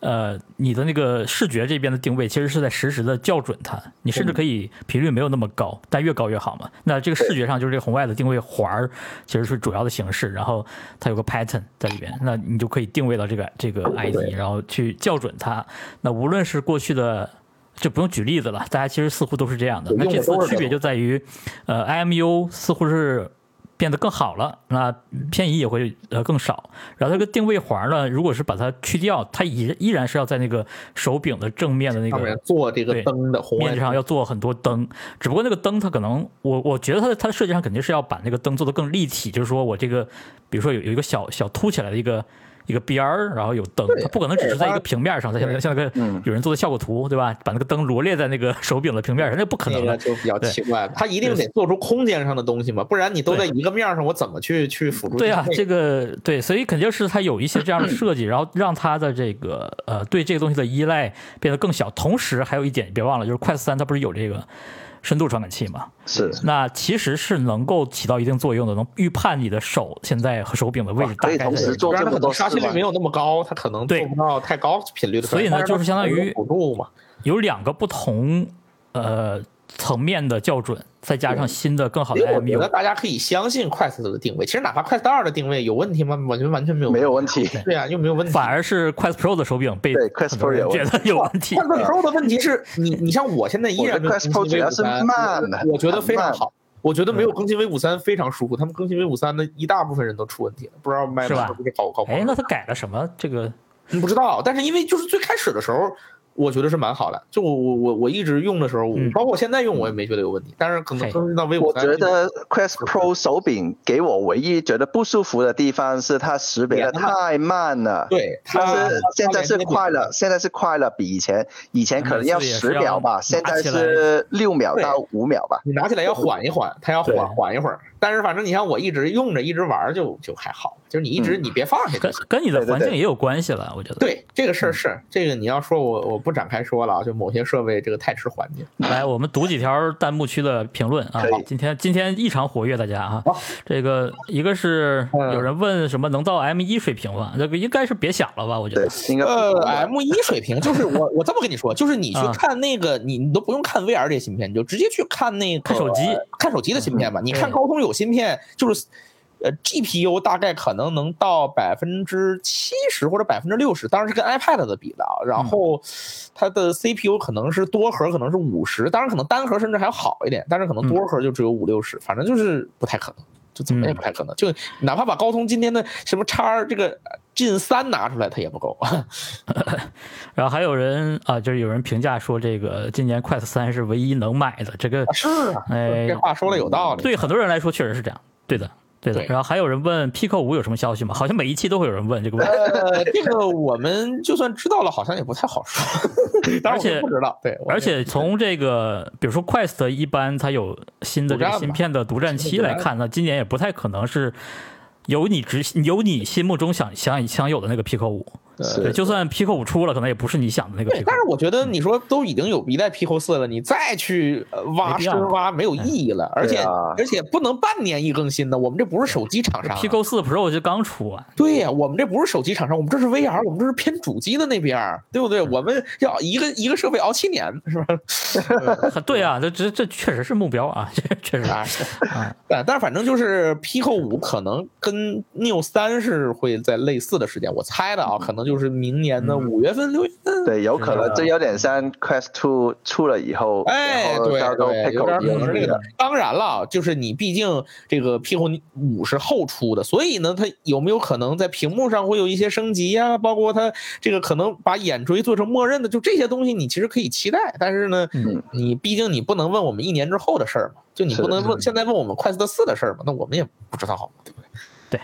呃你的那个视觉这边的定位其实是在实时的校准它，你甚至可以频率没有那么高，但越高越好嘛。那这个视觉上就是这个红外的定位环儿其实是主要的形式，然后它有个 pattern 在里边，那你就可以定位到这个这个 ID，然后去校准它。那无论是过去的。这不用举例子了，大家其实似乎都是这样的。那这次区别就在于，呃，IMU 似乎是变得更好了，那偏移也会呃更少。然后这个定位环呢，如果是把它去掉，它依依然是要在那个手柄的正面的那上面个做这个对灯的红面外积上要做很多灯，只不过那个灯它可能，我我觉得它的它的设计上肯定是要把那个灯做得更立体，就是说我这个，比如说有有一个小小凸起来的一个一个边儿，然后有灯，它不可能只是在一个平面上，它像那个像那个嗯有人做的效果图，对吧？把那个灯罗列在那个手柄的平面上，那不可那能个的。就比较对奇怪了，它一定得做出空间上的东西嘛，不然你都在一个面儿上，我怎么去去辅助定对位？啊，这个对，所以肯定是它有一些这样的设计，然后让它的这个呃对这个东西的依赖变得更小。同时还有一点，别忘了，就是快四三它不是有这个深度传感器吗？是那其实是能够起到一定作用的，能预判你的手现在和手柄的位置大可以概在同哪时儿。做不然这它么可多能事刷新率吧没？有那么高，它可能做对不到太高频率的传所以感。呢但就它是相当有于辅助嘛，有两个不同呃层面的校准，再加上新的更好所以的我觉得 IMU，大家可以相信 Quest 的定位，其实哪怕 Quest 二的定位有问题吗？完全完全没有没有问题，题，对啊，又没有问题，反而是 Quest Pro 的手柄被对，Quest 很多 Pro 人有觉问得有问题。 Quest Pro 的问题是 你，你像我现在依然没有更新我的 Quest Pro 主 V 要五是三，慢我我觉得非常很慢好。我觉得没有嗯更新 V 五三非常舒服，他们更新 V 五三的一大部分人都出问题了，不知道卖是吧是不是搞搞哎，黄那了？它改了什么？这个不知道，但是因为就是最开始的时候，我觉得是蛮好的，就我我我我一直用的时候，我嗯包括我现在用我也没觉得有问题，但是可能嘿更新到 V 我五三，觉得 Quest Pro 手柄给我唯一觉得不舒服的地方是它识别的连得慢太慢了。对，但它是现在是快了。了，现在是快了，比以前以前可能要每次也十是要秒吧，拿现在起来是六秒到五秒吧。你拿起来要缓一缓，它要缓对缓一会儿。但是反正你像我一直用着，一直玩儿就就还好，就是你一直嗯你别放下就跟行。跟你的对对环境对也有关系了，我觉得。对这个事儿是这个，你要说我我不展开说了啊，就某些设备这个太吃环境。 来，我们读几条弹幕区的评论啊可以。今天今天异常活跃，大家啊好。这个一个是嗯有人问什么能到 M 一水平吗？这个应该是别想了吧，我觉对得。，应该呃不会，M 一水平就是我我这么跟你说，就是你去啊看那个，你你都不用看 VR 这芯片，你就直接去看那个看手机嗯看手机的芯片吧。你看对高通有芯片，就是呃 GPU 大概可能能到百分之七十或者百分之六十，当然是跟 iPad 的比的啊。嗯然后它的 CPU 可能是多核，可能是五十，当然可能单核甚至还要好一点，但是可嗯能多核就只有五六十，反正就是不太可能。就怎么也嗯不太可能，就哪怕把高通今天的什么叉这个近三拿出来，它也不够。然后还有人啊，就是有人评价说，这个今年 Quest 三是唯一能买的，这个是啊，哎这，话说的有道理。对很多人来说确实是这样，对的，对的。对然后还有人问 Pico 五有什么消息吗？好像每一期都会有人问这个问题。呃，这个我们就算知道了，好像也不太好说。当然而且我们不知道，对，我们而且从这个，比如说 Quest 一般它有新的这独占个吧芯片的独占期独占来看，那今年也不太可能是有你直有你心目中想想想有的那个 Pico 五。是对，就算 Pico 五出了，可能也不是你想的那个嗯呃对， Pico 但是5。我觉得你说都已经有一代 Pico 四了，你再去呃没挖必要哎深挖没有意义了，而且、对啊而且不能半年一更新的，我们这不是手机厂商啊、 Pico 四 Pro 就刚出啊，对呀、我们这不是手机厂商，我们这是 VR，我们这是偏主机的那边儿，对不对？我们要一个一个设备熬七年，是吧？对啊，这这这确实是目标啊， 这确实啊，啊，但但反正就是 Pico 五可能跟 Neo 三是会在类似的时间，我猜的嗯啊，可能就是明年的嗯五月份、六月份。对，有可是能的这有点像 Quest Two 出了以后，哎，然后对到时候对，有点 Pico 也有点是那一个样的。当然了，就是你毕竟这个 Pico 五是后出的，所以呢，它有没有可能在屏幕上会有一些升级呀、包括它这个可能把眼锥做成默认的，就这些东西你其实可以期待。但是呢，嗯你毕竟你不能问我们一年之后的事儿嘛，就你是不的能问现在问我们 Quest 四的事儿嘛，那我们也不知道嘛，对不对？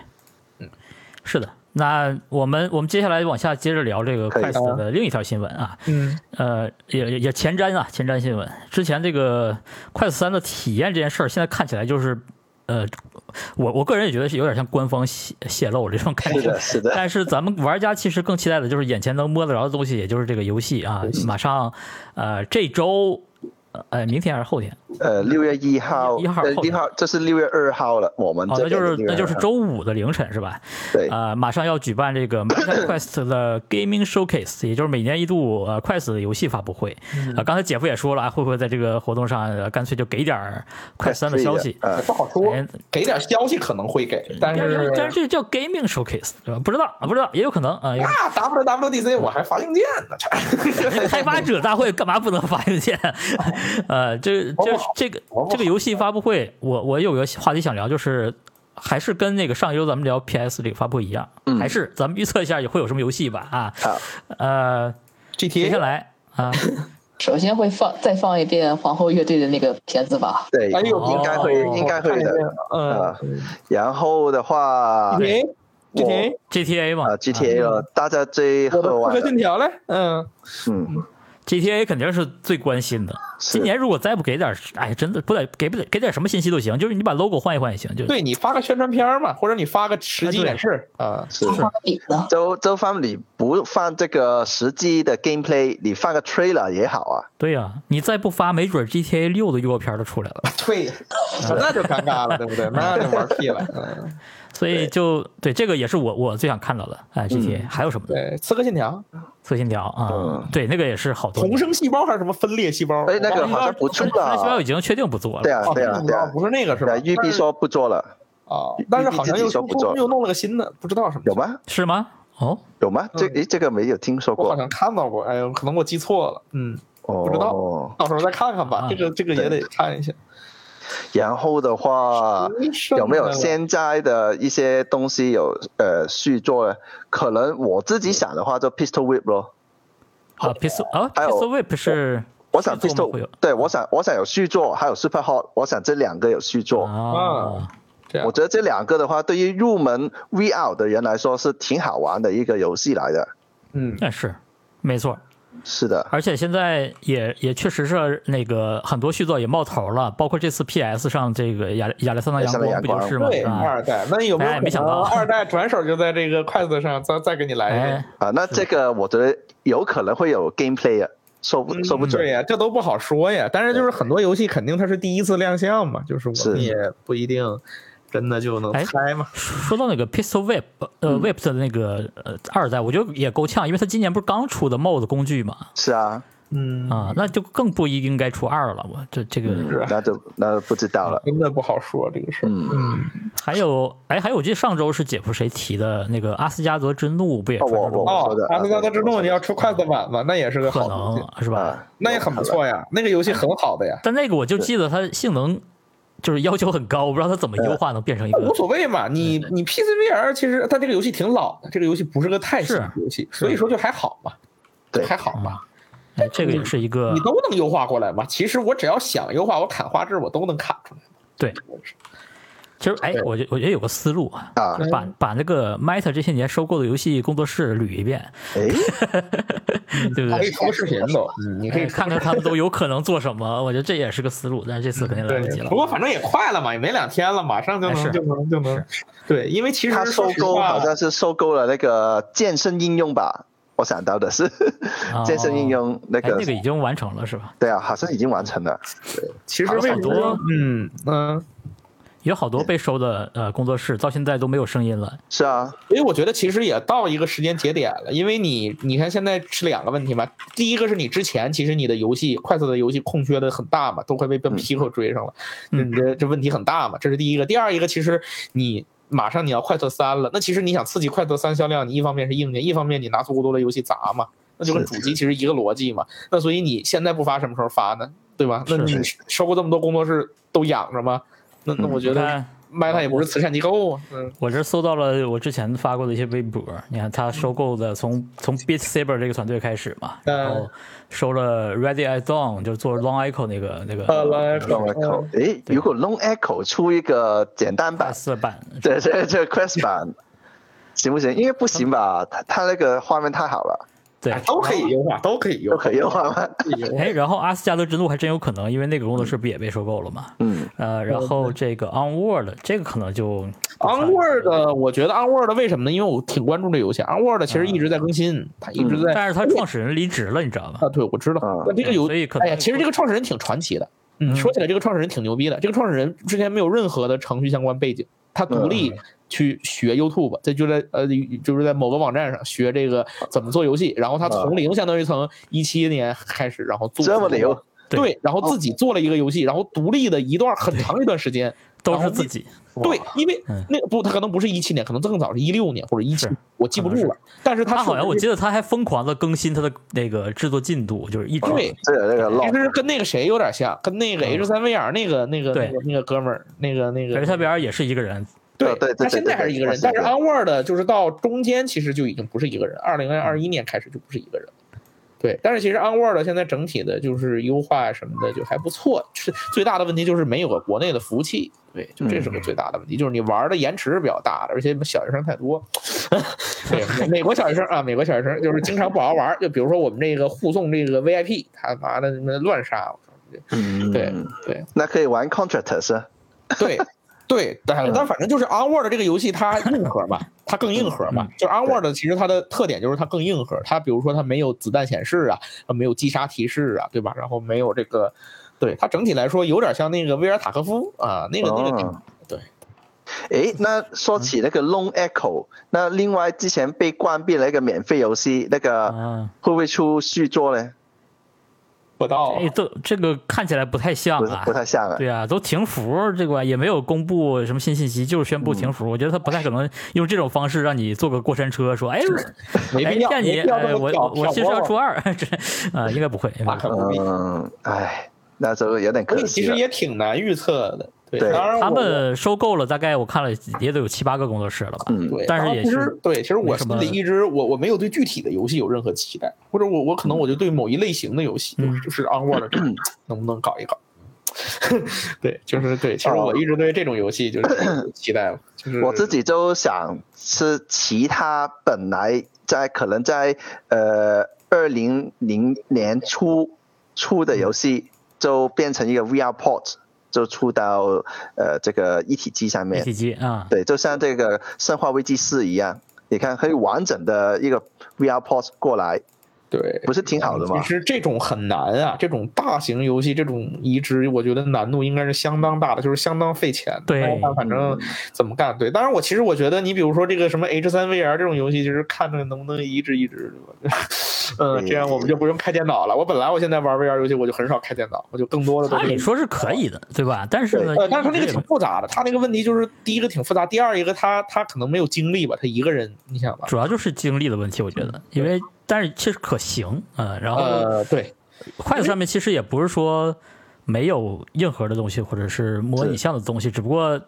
是的。那我们我们接下来往下接着聊这个可以 Quest 的另一条新闻啊，嗯，呃，也也也前瞻啊，前瞻新闻。之前这个快速三的体验这件事儿，现在看起来就是，呃，我我个人也觉得是有点像官方泄泄露这种感是觉。的，是 的，但是咱们玩家其实更期待的就是眼前能摸得着的东西，也就是这个游戏啊。马上，呃，这周，呃，明天还是后天？呃，六月一号，一号呃后六号，这是六月二号了，我们哦，这那就是边6月那就是2号周五的凌晨是吧？对，呃，马上要举办这个 Meta Quest 的 Gaming Showcase，也就是每年一度呃 Quest 的游戏发布会。嗯啊，刚才姐夫也说了啊，会不会在这个活动上呃干脆就给点儿 Quest 三的消息？呃，不好说哎，给点消息可能会给，但但是啊是但是这叫 Gaming Showcase 对吧？不知道啊，不知道，也有可能啊。也有可能那 WWDC 我还发硬件呢，这人家开发者大会干嘛不能发邮件？ 呃，这这这个哦这个游戏发布会，我我有个话题想聊，就是还是跟那个上一周咱们聊 PS 这个发布会一样，还是咱们预测一下也会有什么游戏吧啊嗯好。呃，接 GTA 下来啊，首先会放再放一遍皇后乐队的那个片子吧。对，哎呦应该会，哦应该会的。，嗯呃，然后的话， ，GTA 我 GTA， GTA 嘛啊，GTA 了，大家最后我的刺玩客的信，条嘞，嗯， 嗯， GTA 肯定是最关心的。是今年如果再不给点儿，哎，真的不得给不得给点什么信息都行，就是你把 logo 换一换也行，就是对你发个宣传片嘛，或者你发个实际演示啊，是。画个饼呢？周周方，你不放这个实际的 gameplay，你放个 trailer 也好啊。对呀、你再不发，没准 GTA 六的预告片儿都出来 了。对，啊那就尴尬了，对不对？那就玩屁 了，嗯，所以就对这个也是我我最想看到的。哎，GTA、还有什么呢？对，刺客信条，测心条啊、嗯对，那个也是好多重年。生细胞还是什么分裂细胞？哎，那个好像不出出了，细胞了已。经确定不做了。对啊，哦，对啊，对啊。不是那个是吧呃，？玉碧说不做了，啊，但是好像又又弄了个新的，不知道什么有？吗？是吗？哦，有吗？这诶，这个没有听说嗯我好过，像看到过，哎呦，可能我记错了，嗯。哦，不知道。到时候再看看啊，吧这个这个也得看一下。然后的话，啊有没有现在的一些东西有呃续作呢？可能我自己想的话，就 Pistol Whip 咯。啊，Pistol 啊还有，Pistol Whip 是我想续作吗会 Pistol，有对我想我想有续作，还有 Super Hot，我想这两个有续作。啊，这样我？觉得这两个的话，对于入门 VR 的人来说是挺好玩的一个游戏来的。嗯，那是没错。是的，而且现在也也确实是那个很多续作也冒头了，包括这次 PS 上这个亚亚历山大亚历阳山光大不就阳是吗光？对，啊，二代，那有没哎有没可想到能二代转手就在这个筷子上再再给你来一个？哎，啊，那这个我觉得有可能会有 gameplay 啊，说不说不准对。呀，这都不好说呀。但是就是很多游戏肯定它是第一次亮相嘛，就是我是们也不一定真的就能哎猜嘛。说到那个 Pistol Whip，呃，Whip 嗯的那个呃二代，我觉得也够呛，因为它今年不是刚出的 MOD 工具嘛，是啊，嗯，啊，那就更不应该出二了。我这这嗯个是那就那就不知道了。真的不好说这个事儿。嗯，嗯，还有，哎，还有，我记得上周是姐夫谁提的那个《阿斯加德之怒》，不也哦传我说中我哦说的，阿斯加啊德之怒你要出筷子版吗？那也是个可好东西，能是吧？啊，那也很不错呀。那个游戏很好的呀，但那个我就记得它性能就是要求很高，我不知道它怎么嗯优化能变成一那无个。所谓嘛。你你 PCVR 其实它这个游戏挺老的，这个游戏不是个太新的游戏，所以说就还好嘛，对还好嘛。哎，这个也是一个你都能优化过来嘛？其实我只要想优化，我砍画质我都能砍出来。对。其实，哎，我觉我觉得有个思路啊，啊就是把把那个 Meta 这些年收购的游戏工作室捋一遍，哎，对不可对？以出个视频都，嗯哎你可以哎出看看他们都有可能做什么，我觉得这也是个思路，但是这次肯定来不及对，了。不过反正也快了嘛，也没两天了，马上就哎是能就能就能。对，因为其他实收说实购话好，像是收购了那个健身应用吧？我想到的是哦健身应用那哎，个那，个已经完成了是吧？对啊，好像已经完成了。其实好为什多么嗯嗯，有好多被收的呃工作室到现在都没有声音了。是啊，所以我觉得其实也到一个时间节点了，因为你你看现在是两个问题嘛，第一个是你之前其实你的游戏快速的游戏空缺的很大嘛，都快被被 Pico 追上了，嗯你这这问题很大嘛，这是第一个。第二一个其实你。马上你要快速三了，那其实你想刺激快速三销量，你一方面是硬件，一方面你拿足够多的游戏砸嘛，那就跟主机其实一个逻辑嘛。那所以你现在不发，什么时候发呢？对吧？那是嗯你收购这么多工作室都养着吗？那那我觉你得看， Meta 也不是慈善机构啊。嗯，我这搜到了我之前发过的一些微博，你看他收购的从从 Beat Saber 这个团队开始嘛，嗯然后收了 Ready at Dawn，就是做 Long Echo 那个那个呃，来， Long Echo，哎，如果 Long Echo 出一个简单快版，四版， 对这这 Quest 版行不行？应该不行吧？它它那个画面太好了，对哎，都可以优化，都可以优都化可。以用画吗？都可以优化哎，然后阿斯加德之怒还真有可能，因为那个工作室不也被收购了嘛？嗯，呃，然后这个 Onward 这个可能就 Onward，我觉得 Onward 为什么呢？因为我挺关注这游戏，Onward 嗯其实一直在更新，它一直在。但是他创始人离职了，你知道吧？啊，对，我知道嗯。那这个游嗯所以可，能哎呀，其实这个创始人挺传奇的。嗯，嗯说起来，这个创始人挺牛逼的。这个创始人之前没有任何的程序相关背景，他嗯独立去学 YouTube，这就在呃，就是在某个网站上学这个怎么做游戏。然后他从零，相当于从一七年开始，然后做嗯这么牛。哦对，然后自己做了一个游戏，然后独立的一段很长一段时间，都是自己，对，因为嗯那个不，他可能不是一七年，可能更早是一六年或者一七是，我记不可能住了。但是他他好像我记记得他还疯狂的更新他的那个制作进度，就是一直对，这有那个其 Long，实跟那个谁有点像，跟那个嗯 H 三 VR 那个那个对那个那个哥们儿，那个那而且个他 VR 也是一个人，对呃对对他对现在对还是一个对对人，但是对 Onward 就是到中间其实就已经不是一个人，二零二一嗯年开始就不是一个人了。对，但是其实 Onward 现在整体的就是优化什么的就还不错，是最大的问题就是没有个国内的服务器，对，就这嗯是个最大的问题，就是你玩的延迟是比较大的，而且小学生太多。 对，美美国小学生啊，美国小学生就是经常不好好玩，就比如说我们这个护送这个 VIP，他妈的那乱杀，嗯，对对，那可以玩 Contractors 啊 对对，嗯但但反正就是 Onward 这个游戏它硬核嘛，它更硬核嗯嘛。就是 Onward 其实它的特点就是它更硬核，它比如说它没有子弹显示啊，呃没有击杀提示啊，对吧？然后没有这个，对它整体来说有点像那个威尔塔科夫啊，那个那个。哦对，诶，那说起那个 Long Echo，、那另外之前被关闭了一个免费游戏，那个啊，会不会出续作呢？不啊到哎，都这个看起来不太像不啊不。太像啊。对啊，都停服这个也没有公布什么新信息，就是宣布停服。我觉得他不太可能用这种方式让你坐个过山车，说哎，没哎必要，骗你，没必要这哎，么我挑我挑就是要拨初二，这啊应该不会。应该 那不可会不必。嗯，唉，那时候有点所以可其惜实了。也挺难预测的。对，对当然我他们收购了，大概我看了也得有七八个工作室了吧？嗯对，但是然后也其是实对，其实没我什心么里一直我我没有对具体的游戏有任何嗯期待，或者我我可能我就对某一类型的游戏，就是就是 Onward 这种能不能搞一搞？ 对，就是对。其实哦我一直对这种游戏就是有期待嘛，就是我自己就想是其他本来在可能在呃二零零年初出的游戏，就变成一个 VR port，就出到呃这个一体机上一面。体机啊，对，就像这个《生化危机四》一样，你看可以完整的一个 VR port 过来，对。不是挺好的吗嗯其？实这种很难啊，这种大型游戏这种移植，我觉得难度应该是相当大的，就是相当费钱。对嗯但是它反正怎么干？对，当然我其实我觉得，你比如说这个什么 H 三 VR 这种游戏，其实看着能不能移植移植，对吧？ 嗯，这样我们就不用开电脑了。我本来我现在玩 VR 游戏，我就很少开电脑，我就更多的都按理是。哎说是可以的，对吧？但是呢，呃，但是它那一个直挺复杂的，它那个问题就是第一个挺复杂，第二一个它它可能没有精力吧，他一个人，你想吧，主要就是精力的问题，我觉得，因为但是确实可行，嗯，然后嗯呃，对，筷子上面其实也不是说没有硬核的东西，或者是模拟像的东西，只不过，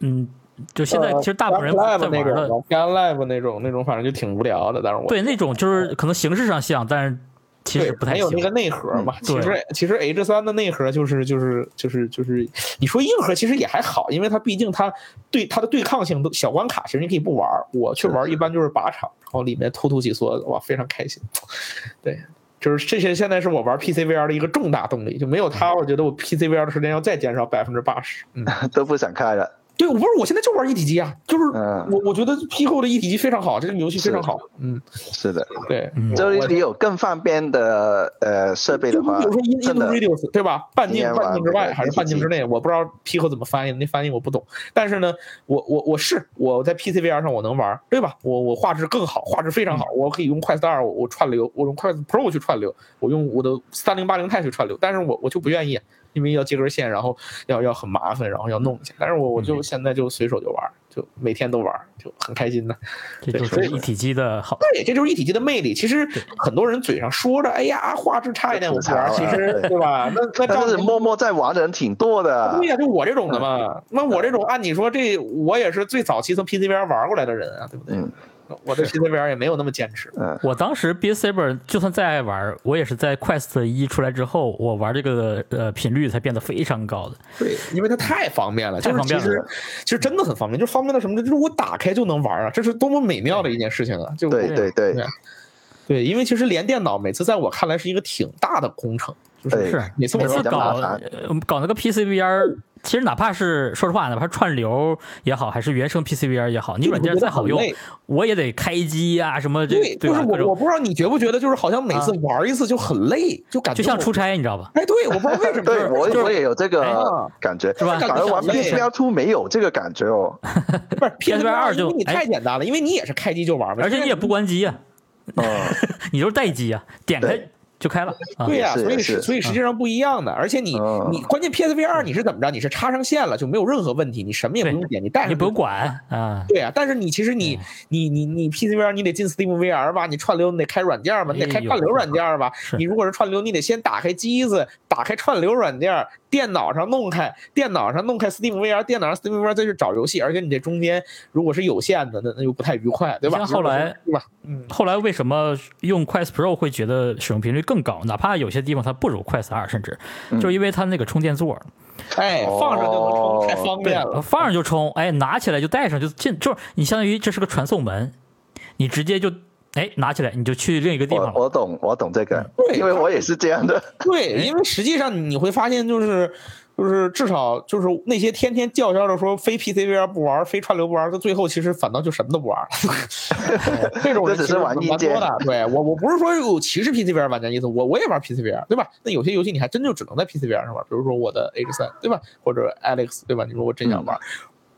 嗯，就现在呃其实大部分人 Live 在那玩种的，干 Live 那种那种，反正就挺无聊的。但是我对那种就是可能形式上像，但是其对实不太还有那个行。嗯内核嘛。其对实其实 H 三的内核就是就是就是就是，你说硬核其实也还好，因为它毕竟它对它的对抗性都小关卡，其实你可以不玩儿。我去玩儿一般就是靶场，然后里面突突几梭子，哇，非常开心。对。就是这些，现在是我玩 PC VR 的一个重大动力，就没有嗯它，我觉得我 PC VR 的时间要再减少百分之八十。 嗯，都不想开了。对，我不是，我现在就玩一体机啊，就是嗯我我觉得 PQ 的一体机非常好，这个游戏非常是好，嗯，是的，对，嗯就是你有更方便的呃设备就的比话如说 In，真 In 的 Radius 对吧？半今径天半径之玩那外个还是半径之内，我不知道 PQ 怎么翻译，那翻译我不懂。但是呢，我我我是我在 PC VR 上我能玩，对吧？我我画质更好，画质非常好，嗯我可以用快四二我我串流，我用快 Pro 去串流，我用我的三零八零 i 去串流，但是我我就不愿意。因为要接根线，然后要要很麻烦，然后要弄一下。但是我我嗯就现在就随手就玩，就每天都玩，就很开心的。这就是一体机的好。对，这就是一体机的魅力。其实很多人嘴上说着，哎呀，画质差一点我不玩儿，吐槽其啊实对对吧？那那照但是你默默在玩的人挺多的啊对。呀、就我这种的嗯嘛。那我这种，按你说，这我也是最早期从 PC 边玩过来的人啊，对不对？嗯我对 PC 边也没有那么坚持。 我当时 Beat Saber 就算再爱玩，我也是在 Quest 一出来之后，我玩这个呃频率才变得非常高的。对，因为它太方便了，太就是方其便实其实真的很方便，就是方便到什么呢？就是我打开就能玩儿啊，这是多么美妙的一件事情啊！就对对对对对，因为其实连电脑每次在我看来是一个挺大的工程，对，是每次我每都次比较搞麻烦呃搞那个 PCVR，其实哪怕是说实话，哪怕是串流也好，还是原生 PCVR 也好，你软件再好用我觉得很累，我也得开机呀、什么这对，对就是吧？各我我种啊不知道你觉不觉得，就是好像每次玩一次就很累，就感觉就像我出差，你知道吧？哎，对，我不知道为什么，对我就是我也有这哎个呀感觉，是吧反而玩感觉很 PS 累2 2没有这个感觉 哦。不是 PS 二因就为你太哎简单了，因为你也是开机就玩嘛，而且你也不关机呀、啊嗯，你就是待机呀、点开对就开了啊。对呀、也是所以也是是所以实际上不一样的，而且你嗯你关键 PSV 二你是怎么着？你是插上线了就没有任何问题，你什么也不用点，你带上你不哎就用管啊，对啊，但是你其实你你你你 PC VR 你得进 Steam VR 吧，你串流你得开软件吧，你得开哎呦串流软件吧。是你如果是串流，你得先打开机子，打开串流软件，电脑上弄开，电脑上弄开 Steam VR，电脑上 Steam VR 再去找游戏，而且你这中间如果是有线的，那那又不太愉快，对吧？像后来对吧？嗯，后来为什么用 Quest Pro 会觉得使用频率更高？哪怕有些地方它不如 Quest 二，甚至就是因为它那个充电座，哎，放上就能充，哦太方对便，了。放上就充，哎，拿起来就带上就进，就是你相当于这是个传送门，你直接就哎拿起来你就去另一个地我方了。我懂我懂这个嗯对，因为我也是这样的。 对，因为实际上你会发现，就是就是至少就是那些天天叫嚣着说非 PCVR 不玩，非串流不玩，到最后其实反倒就什么都不玩。 这种人这只其是实玩蛮硬多件的。对我我不是说有歧视 PCVR 玩家意思，我我也玩 PCVR，对吧？那有些游戏你还真就只能在 PCVR 上玩，比如说我的 H 三，对吧？或者 Alex，对吧？你说我真嗯想玩。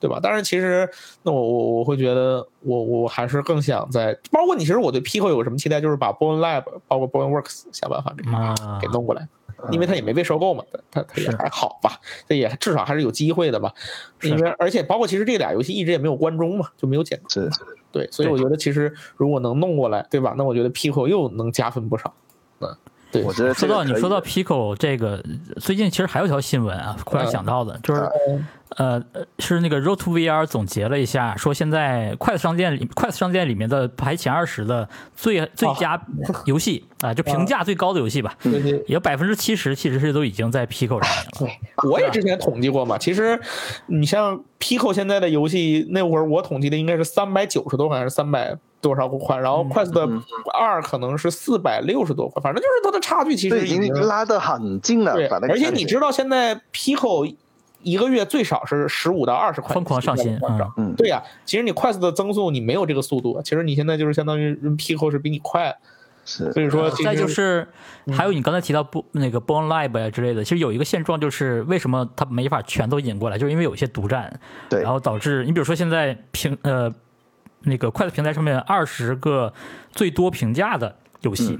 对吧？但是其实，那我我我会觉得我，我还是更想在，包括你，其实我对 Pico 有什么期待，就是把 Bone Lab，包括 Bone Works 想办法给啊，嗯给弄过来，因为他也没被收购嘛，他他也还好吧，这也至少还是有机会的吧。是因为而且包括其实这俩游戏一直也没有关中嘛，就没有减是，对，所以对我觉得其实如果能弄过来，对吧？那我觉得 Pico 又能加分不少。对，我觉得说这个到可以你说到 Pico 这个，最近其实还有一条新闻啊，忽然想到的，就是呃，是那个 Road to VR 总结了一下，说现在快速商店里快速商店里面的排前二十的最哦最佳游戏啊， 嗯就评价最高的游戏吧，就是有百分之七十其实是都已经在 Pico 上面了。对，我也之前统计过嘛。其实，你像 Pico 现在的游戏，那会儿我统计的应该是三百九十多款还是三百多少款，然嗯后快速的二可能是四百六十多款，反正就是它的差距其这实已经拉得很近了对，，把那个而且你知道现在 Pico 一个月最少是十五到二十款，疯狂上新啊嗯对呀、啊其实你快速的增速你没有这个速度，其实你现在就是相当于 Pico 是比你快，是所以说嗯其呃再实就是，还有你刚才提到不那个 Bone Lab 呀之类的，其实有一个现状就是，为什么它没法全都引过来，就是因为有一些独占，对然后导致你比如说现在平呃那个快速平台上面二十个最多评价的游戏，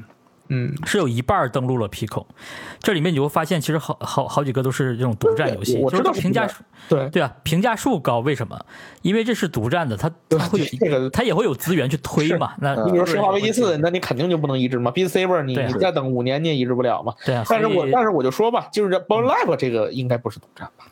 嗯，是有一半儿登录了 Pico，这里面你会发现其实好好好几个都是这种独占游戏，我就知是道它是评价独占对。对啊，评价数高，为什么？因为这是独占的，它对它会有这个嗯它也会有资源去推嘛，那嗯你比如《是生化危机四》，那你肯定就不能移植嘛。Beat Saber 你对啊你再等五年你也移植不了嘛。对啊，但是所以我但是我就说吧，就是这 b o n Lab 这个应该不是独占吧，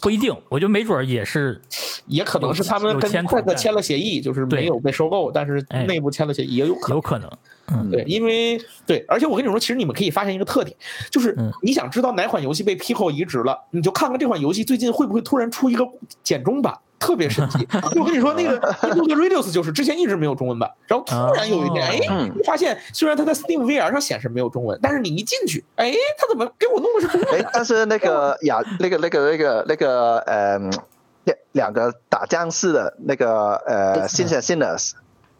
不一定，我觉得没准儿也是也可能是他们有跟签快独特占签了协议，就是没有被收购，但是哎内部签了协议也有可能。有可能。嗯对，因为对，而且我跟你说，其实你们可以发现一个特点，就是嗯你想知道哪款游戏被 Pico 移植了，你就看看这款游戏最近会不会突然出一个简中版。特别神奇， 就我跟你说，那个 Pico 的 Radius 就是之前一直没有中文版，然后突然有一天，哦哎，嗯你发现虽然它在 Steam VR 上显示没有中文，但是你一进去，哎，它怎么 给我弄的是中文哎，但是那 个雅，那个那个那个那个呃，两两个打僵尸的那个呃，新鲜 sinners，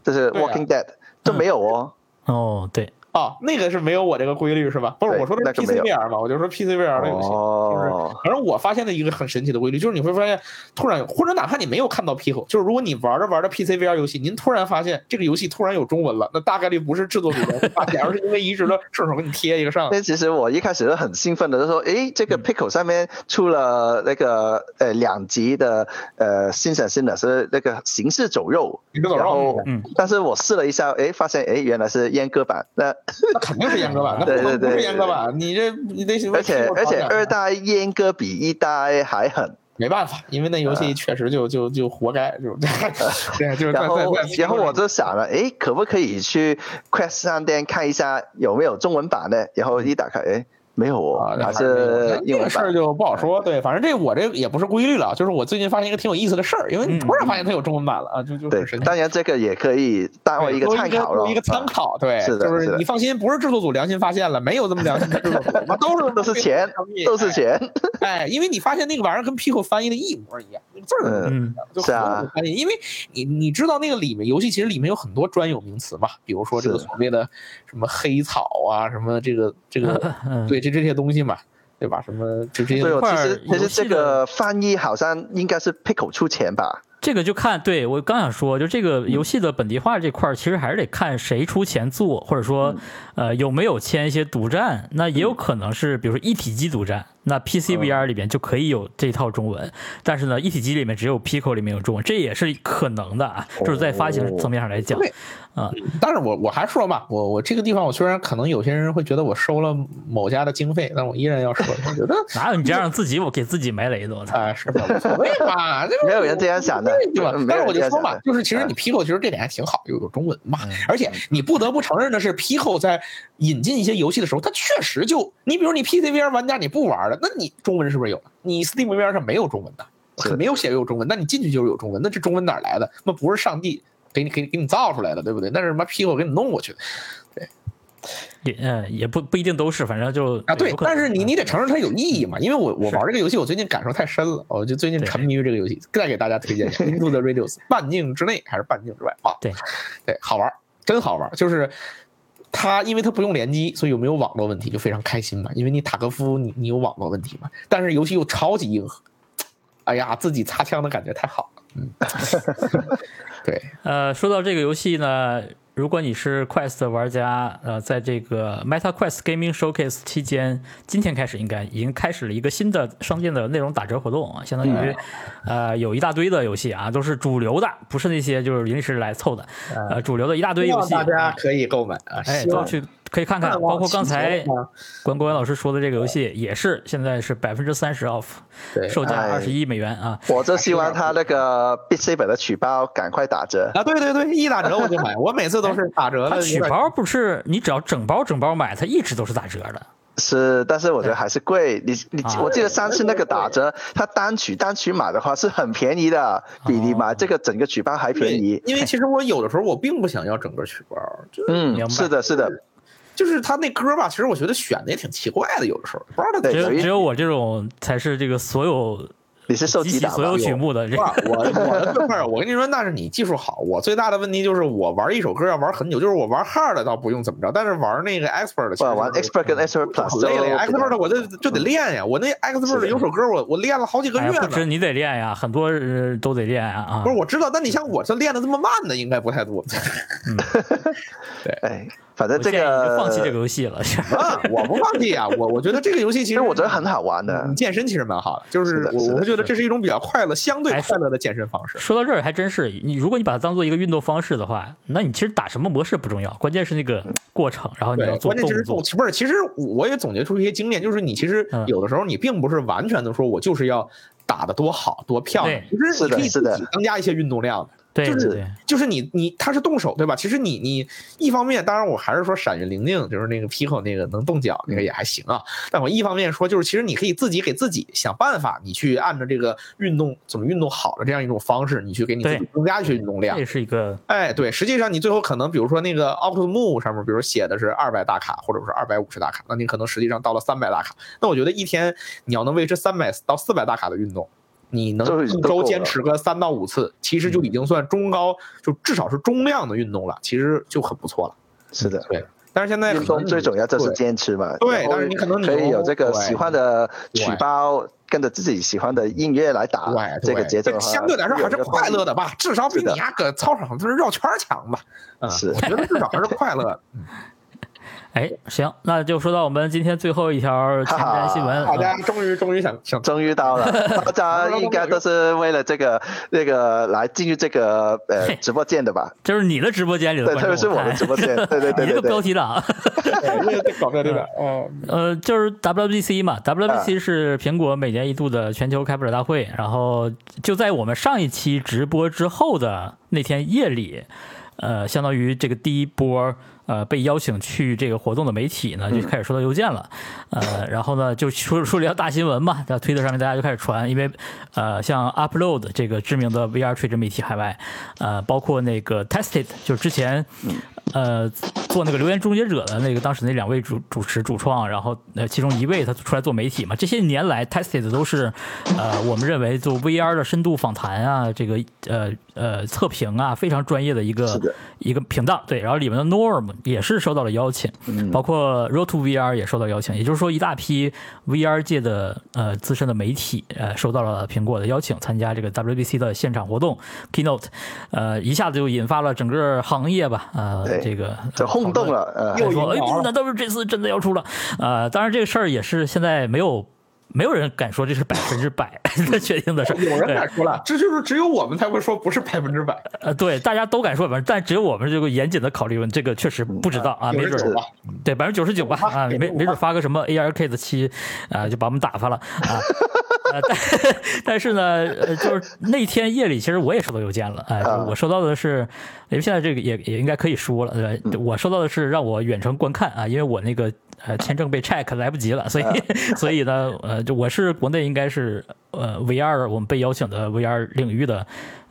就是对啊 Walking Dead 就没有哦。哦，对，哦，那个是没有我这个规律是吧？不是，对我说的那是个 PC 没有 VR 嘛，我就说 PC VR 的游戏。哦，反正我发现的一个很神奇的规律，就是你会发现，突然有，或者哪怕你没有看到 Pico，就是如果你玩着玩着 PC VR 游戏，您突然发现这个游戏突然有中文了，那大概率不是制作组的发现，而是因为移植了，顺手给你贴一个上。那其实我一开始是很兴奋的，就说，诶，这嗯个 Pickle 上面出了那个呃两集的呃新鲜 sinners 是那个行尸走肉，你这走然肉后，嗯但是我试了一下，诶，发现诶原来是阉割版，那那肯定是阉割版，那不对能对不对是阉割版，你这你得而且而且二代代阉割比一代还狠。没办法，因为那游戏确实就就就活该，就 对，就是在嗯然后在在，然后我就想了，诶，可不可以去 Quest 商店看一下有没有中文版的？然后一打开，诶，没有嗯啊哦，，那还还没有是那英这个文事儿版。就不好说。对，反正这我这也不是规律了，就是我最近发现一个挺有意思的事儿，因为你嗯突然发现它有中文版了啊，就就对很神，奇。当然这个也可以当为一个作参考作咯为一个参考，对，是的就是的你放心，不是制作组良心发现了，没有这么良心的制作组，我都是啊 都是钱，都是钱， 哎，哎，因为你发现那个玩意儿跟 Pico 翻译的一模一样，那个字儿都一样。嗯，嗯，就是很啊多种翻译，因为你你知道那个里面游戏其实里面有很多专有名词嘛，比如说这个是所谓的什么黑草啊，什么这个这个， 嗯对这这些东西嘛，对吧？什么就这些所以我块其儿实其游实戏这个翻译好像应该是 Pickle 出钱吧？这个就看，对我刚想说，就这个游戏的本地化这块儿，其实还是得看谁出钱做，或者说，嗯呃，有没有签一些独占。那也有可能是，比如说一体机独占，那 PC 嗯 VR 里边就可以有这套中文，但是呢，一体机里面只有 Pico 里面有中文，这也是可能的啊，就是在发行层面上来讲，哦对但是我我还说嘛，我我这个地方我虽然可能有些人会觉得我收了某家的经费，但我依然要说，我觉得哪有你这样自己我给自己埋雷的？我操！啊、是吧？无所谓嘛，这个没有人这样想的对吧？没但是有人这我就样说想嘛的，。嗯就是其实你 Pico 其实这点还挺好，有有中文嘛。而且你不得不承认的是，Pico 在引进一些游戏的时候，它确实就你比如你 PC VR 玩家你不玩了，那你中文是不是有？你 Steam VR 上没有中文的，是没有写有中文，那你进去就是有中文，那这中文哪儿来的？那不是上帝给你给你给你造出来的，对不对？那是什么 Pico 给你弄过去的。也嗯，也不不一定都是，反正就啊，对有，可能嗯但是你你得承认它有意义嘛，因为我我玩这个游戏，我最近感受太深了，我就最近对沉迷于这个游戏，再给大家推荐一下《Into the Radius》，半径之内还是半径之外啊？对，对，好玩儿，真好玩儿，就是。它因为它不用联机，所以有没有网络问题就非常开心嘛。因为你塔科夫你你有网络问题嘛，但是游戏又超级硬核，哎呀，自己擦枪的感觉太好了。嗯， 对，呃，说到这个游戏呢，如果你是 Quest 的玩家，呃，在这个 Meta Quest Gaming Showcase 期间，今天开始应该已经开始了一个新的商店的内容打折活动啊，相当嗯于，呃，有一大堆的游戏啊，都是主流的，不是那些就是临时来凑的，呃，主流的一大堆嗯希游望戏，大家可以购买啊，哎，希都望去可以看看，盼望包括刚才祈求啊关国元老师说的这个游戏，也是现在是百分之三十 off，对售价哎二十一美元啊。我就希望他那个 b i t s a b e 的取包赶快打折。啊，对对对，一打折我就买，我每次都是打折它的。取包不是你只要整包整包买，它一直都是打折的。是，但是我觉得还是贵。你你啊，我记得上次那个打折，它单曲单曲买的话是很便宜啊的，比你买这个整个曲包还便宜。因为其实我有的时候我并不想要整个曲包，就明白嗯，是的，是的，就是他那歌吧，其实我觉得选的也挺奇怪的，有的时候不知道他只对有有一只有我这种才是这个所有你是受集击齐打所吧有？曲目的这吧，啊我我的这块儿，我跟你说，那是你技术好。我最大的问题就是我玩一首歌要玩很久，就是我玩 hard 的倒不用怎么着，但是玩那个 expert 的，其实哇，玩就是 expert 嗯跟 expert 很 plus 累了就，expert 的我就就得练呀。我那 expert 的有首歌我我练了好几个哎月呀，呢不。止你得练呀，很多人都得练呀啊不是，。我知道，但你像我这练的这么慢的，应该不太多。哎，反正我这建议你就个放弃这个游戏 了，是啊， 我不放弃啊，我我觉得这个游戏其其实实我觉得很好玩的嗯。健身其实蛮好的，就是是的我是的我会觉是得的这是一种比较快乐、相对哎快乐的健身方式。说到这儿还真是，你如果你把它当做一个运动方式的话，那你其实打什么模式不重要，关键是那个过程，然后你要对，做关键动就是作动。不是，其实我也总结出一些经验，就是你其实嗯有的时候你并不是完全的说我就是要打的多好多漂亮对，其实是你的可以是自的己增加一些运动量的。对就对是对，就是你你他是动手对吧？其实你你一方面，当然我还是说闪云灵静，就是那个 Pico 那个能动脚那个也还行啊。但我一方面说，就是其实你可以自己给自己想办法，你去按照这个运动怎么运动好的这样一种方式，你去给你自己对增加一些运动量这。是一个哎，对，实际上你最后可能，比如说那个 Optimu 上面，比如写的是二百大卡，或者是二百五十大卡，那你可能实际上到了三百大卡。那我觉得一天你要能维持三百到四百大卡的运动，你就能已经一够周了坚持个三到五次，其实就已经算中高，就至少是中量的运动了，其实就很不错了。是的，对，但是现在运动最重要就是对坚持嘛。对然后但是你可能你可以有这个对喜欢的对曲包，跟着自己喜欢的音乐来打对，这个对节奏的这话相对来说还是快乐。的吧，至少比是的你那啊个操场上绕圈儿强吧。嗯，是我觉得至少还是快乐 的。哎，行，那就说到我们今天最后一条前瞻新闻大啊家终于终于想 想终于到了，大家应该都是为了这个那个来进入这个呃嘿直播间的吧？就是你的直播间里的对，观众，特别是我看们直播间，对对 你这对对个标对，题党，啊对，这个搞不了这个，哦，呃，就是 WWDC 嘛，WWDC 是苹果每年一度的全球开发者大会，然后就在我们上一期直播之后的那天夜里，呃，相当于这个第一波呃被邀请去这个活动的媒体呢，就开始收到邮件了，呃，然后呢就出出了一条大新闻嘛，在推特上面大家就开始传，因为呃像 Upload 这个知名的 VR 垂直媒体海外，呃，包括那个 Tested，就是之前呃做那个留言终结者的那个当时那两位主主持主创，然后呃其中一位他出来做媒体嘛，这些年来 Tested 都是呃我们认为做 VR 的深度访谈啊，这个呃呃测评啊非常专业的一个是的一个频道，对，然后里面的 Norm 也是收到了邀请，嗯包括 Road to VR 也收到邀请，也就是说一大批 VR 界的呃资深的媒体呃收到了苹果的邀请，参加这个 WBC 的现场活动 keynote，呃一下子就引发了整个行业吧，呃对这个就轰动了，呃，又说，引爆哎，了难道是这次真的要出了？呃，当然这个事儿也是现在没有没有人敢说这是百分之百的确定的事儿，有人对敢说了，这就是只有我们才会说不是百分之百，呃，对，大家都敢说百分之，但只有我们这个严谨的考虑问，这个确实不知道啊，没有准人儿走吧？对，百分之九十九吧，啊，没没准发个什么 ARK 的七，啊，就把我们打发了啊。呃，但但是呢，呃，就是那天夜里，其实我也收到邮件了，哎、啊我收到的是，因为现在这个也也应该可以说了，嗯对吧？我收到的是让我远程观看啊，因为我那个呃签证被 check 来不及了，所啊以、 所以呢，呃，就我是国内应该是呃 VR 我们被邀请的 VR 领域的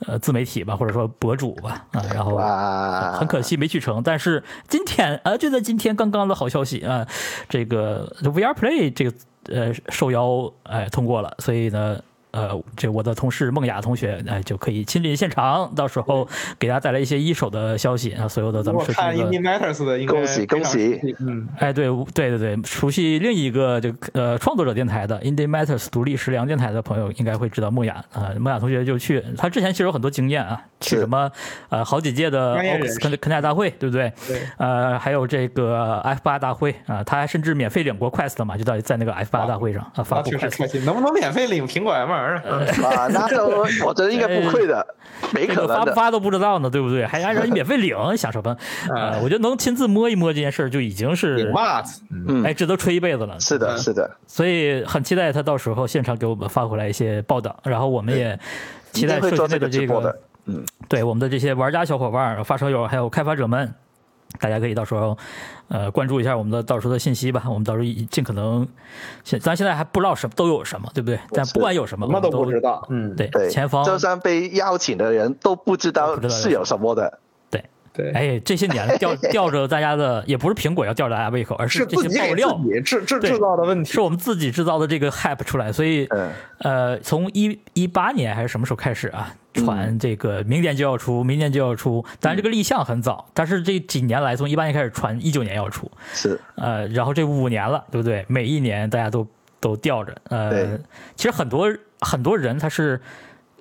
呃自媒体吧，或者说博主吧，啊，然后哇，很可惜没去成。但是今天啊、呃就在今天刚刚的好消息啊、呃这个 VR Play 这个呃受邀哎、通过了，所以呢。呃，这我的同事梦雅同学，哎、就可以亲临现场，到时候给大家带来一些一手的消息啊，所有的咱们我社区看 Indie 的， Matters 的应该恭喜恭喜非常，嗯，哎，对对对对，熟悉另一个这个呃创作者电台的 Indie Matters 独立食粮电台的朋友，应该会知道梦雅啊、梦雅同学就去，他之前其实有很多经验啊，去是什么呃好几届的专业人 Ox 士肯肯亚大会，对不对？对，呃，还有这个 F 八大会啊、他还甚至免费领过 Quest 嘛，就在在那个 F 八大会上啊、发那布确实 Quest。开心，能不能免费领苹果 M 玩意儿啊？啊，那都我觉得应该不会的，没这个可发能不的。发都不知道呢，对不对？还还让你免费领，享什么？呃，我觉得能亲自摸一摸这件事儿就已经你是，袜子，嗯，哎，值得吹一辈子了。是的，嗯是的，所以很期待他到时候现场给我们发回来一些报道，然后我们也期一待定社会区做内这个这直播个的。嗯，对我们的这些玩家小伙伴、发烧友还有开发者们，大家可以到时候呃关注一下我们的到时候的信息吧。我们到时候一尽可能，现咱现在还不知道什么都有什么，对不对？但不管有什么，我什么们都都不知。道，嗯，对，对，前方就算被邀请的人都不知都不道知道有是有什么的，对。对，哎，这些年吊吊着大家的，也不是苹果要吊着大家胃口，而是这自己些爆给料自己制制对制造的问题是，我们自己制造的这个 hype 出来，所以嗯，呃，从一一八年还是什么时候开始啊，传这个明年就要出，明年就要出，当然这个立项很早，但是这几年来，从一八年开始传，一九年要出，是呃，然后这五年了，对不对？每一年大家都都吊着，呃对，其实很多很多人他是。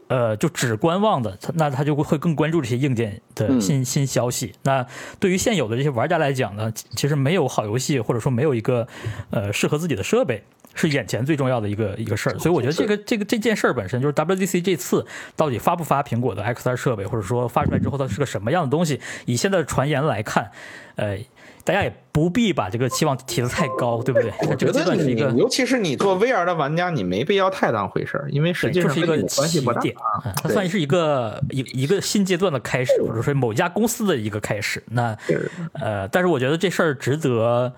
呃，就只观望的，他那他就会更关注这些硬件的嗯新、新消息。那对于现有的这些玩家来讲呢，其其实没有好游戏，或者说没有一个呃适合自己的设备，是眼前最重要的一个一个事儿。所以我觉得这个这个这件事儿本身就是 WDC 这次到底发不发苹果的 X 3设备，或者说发出来之后它是个什么样的东西，以现在的传言来看，呃，大家也不必把这个期望提得太高，对不对？它我这觉个阶得段是你一个，嗯尤其是你做 VR 的玩家，你没必要太当回事儿，因为实对，际就上是一跟个你关系起不大。啊点，嗯它算是一个一一个新阶段的开始，或者说某一家公司的一个开始。那是呃，但是我觉得这事儿值得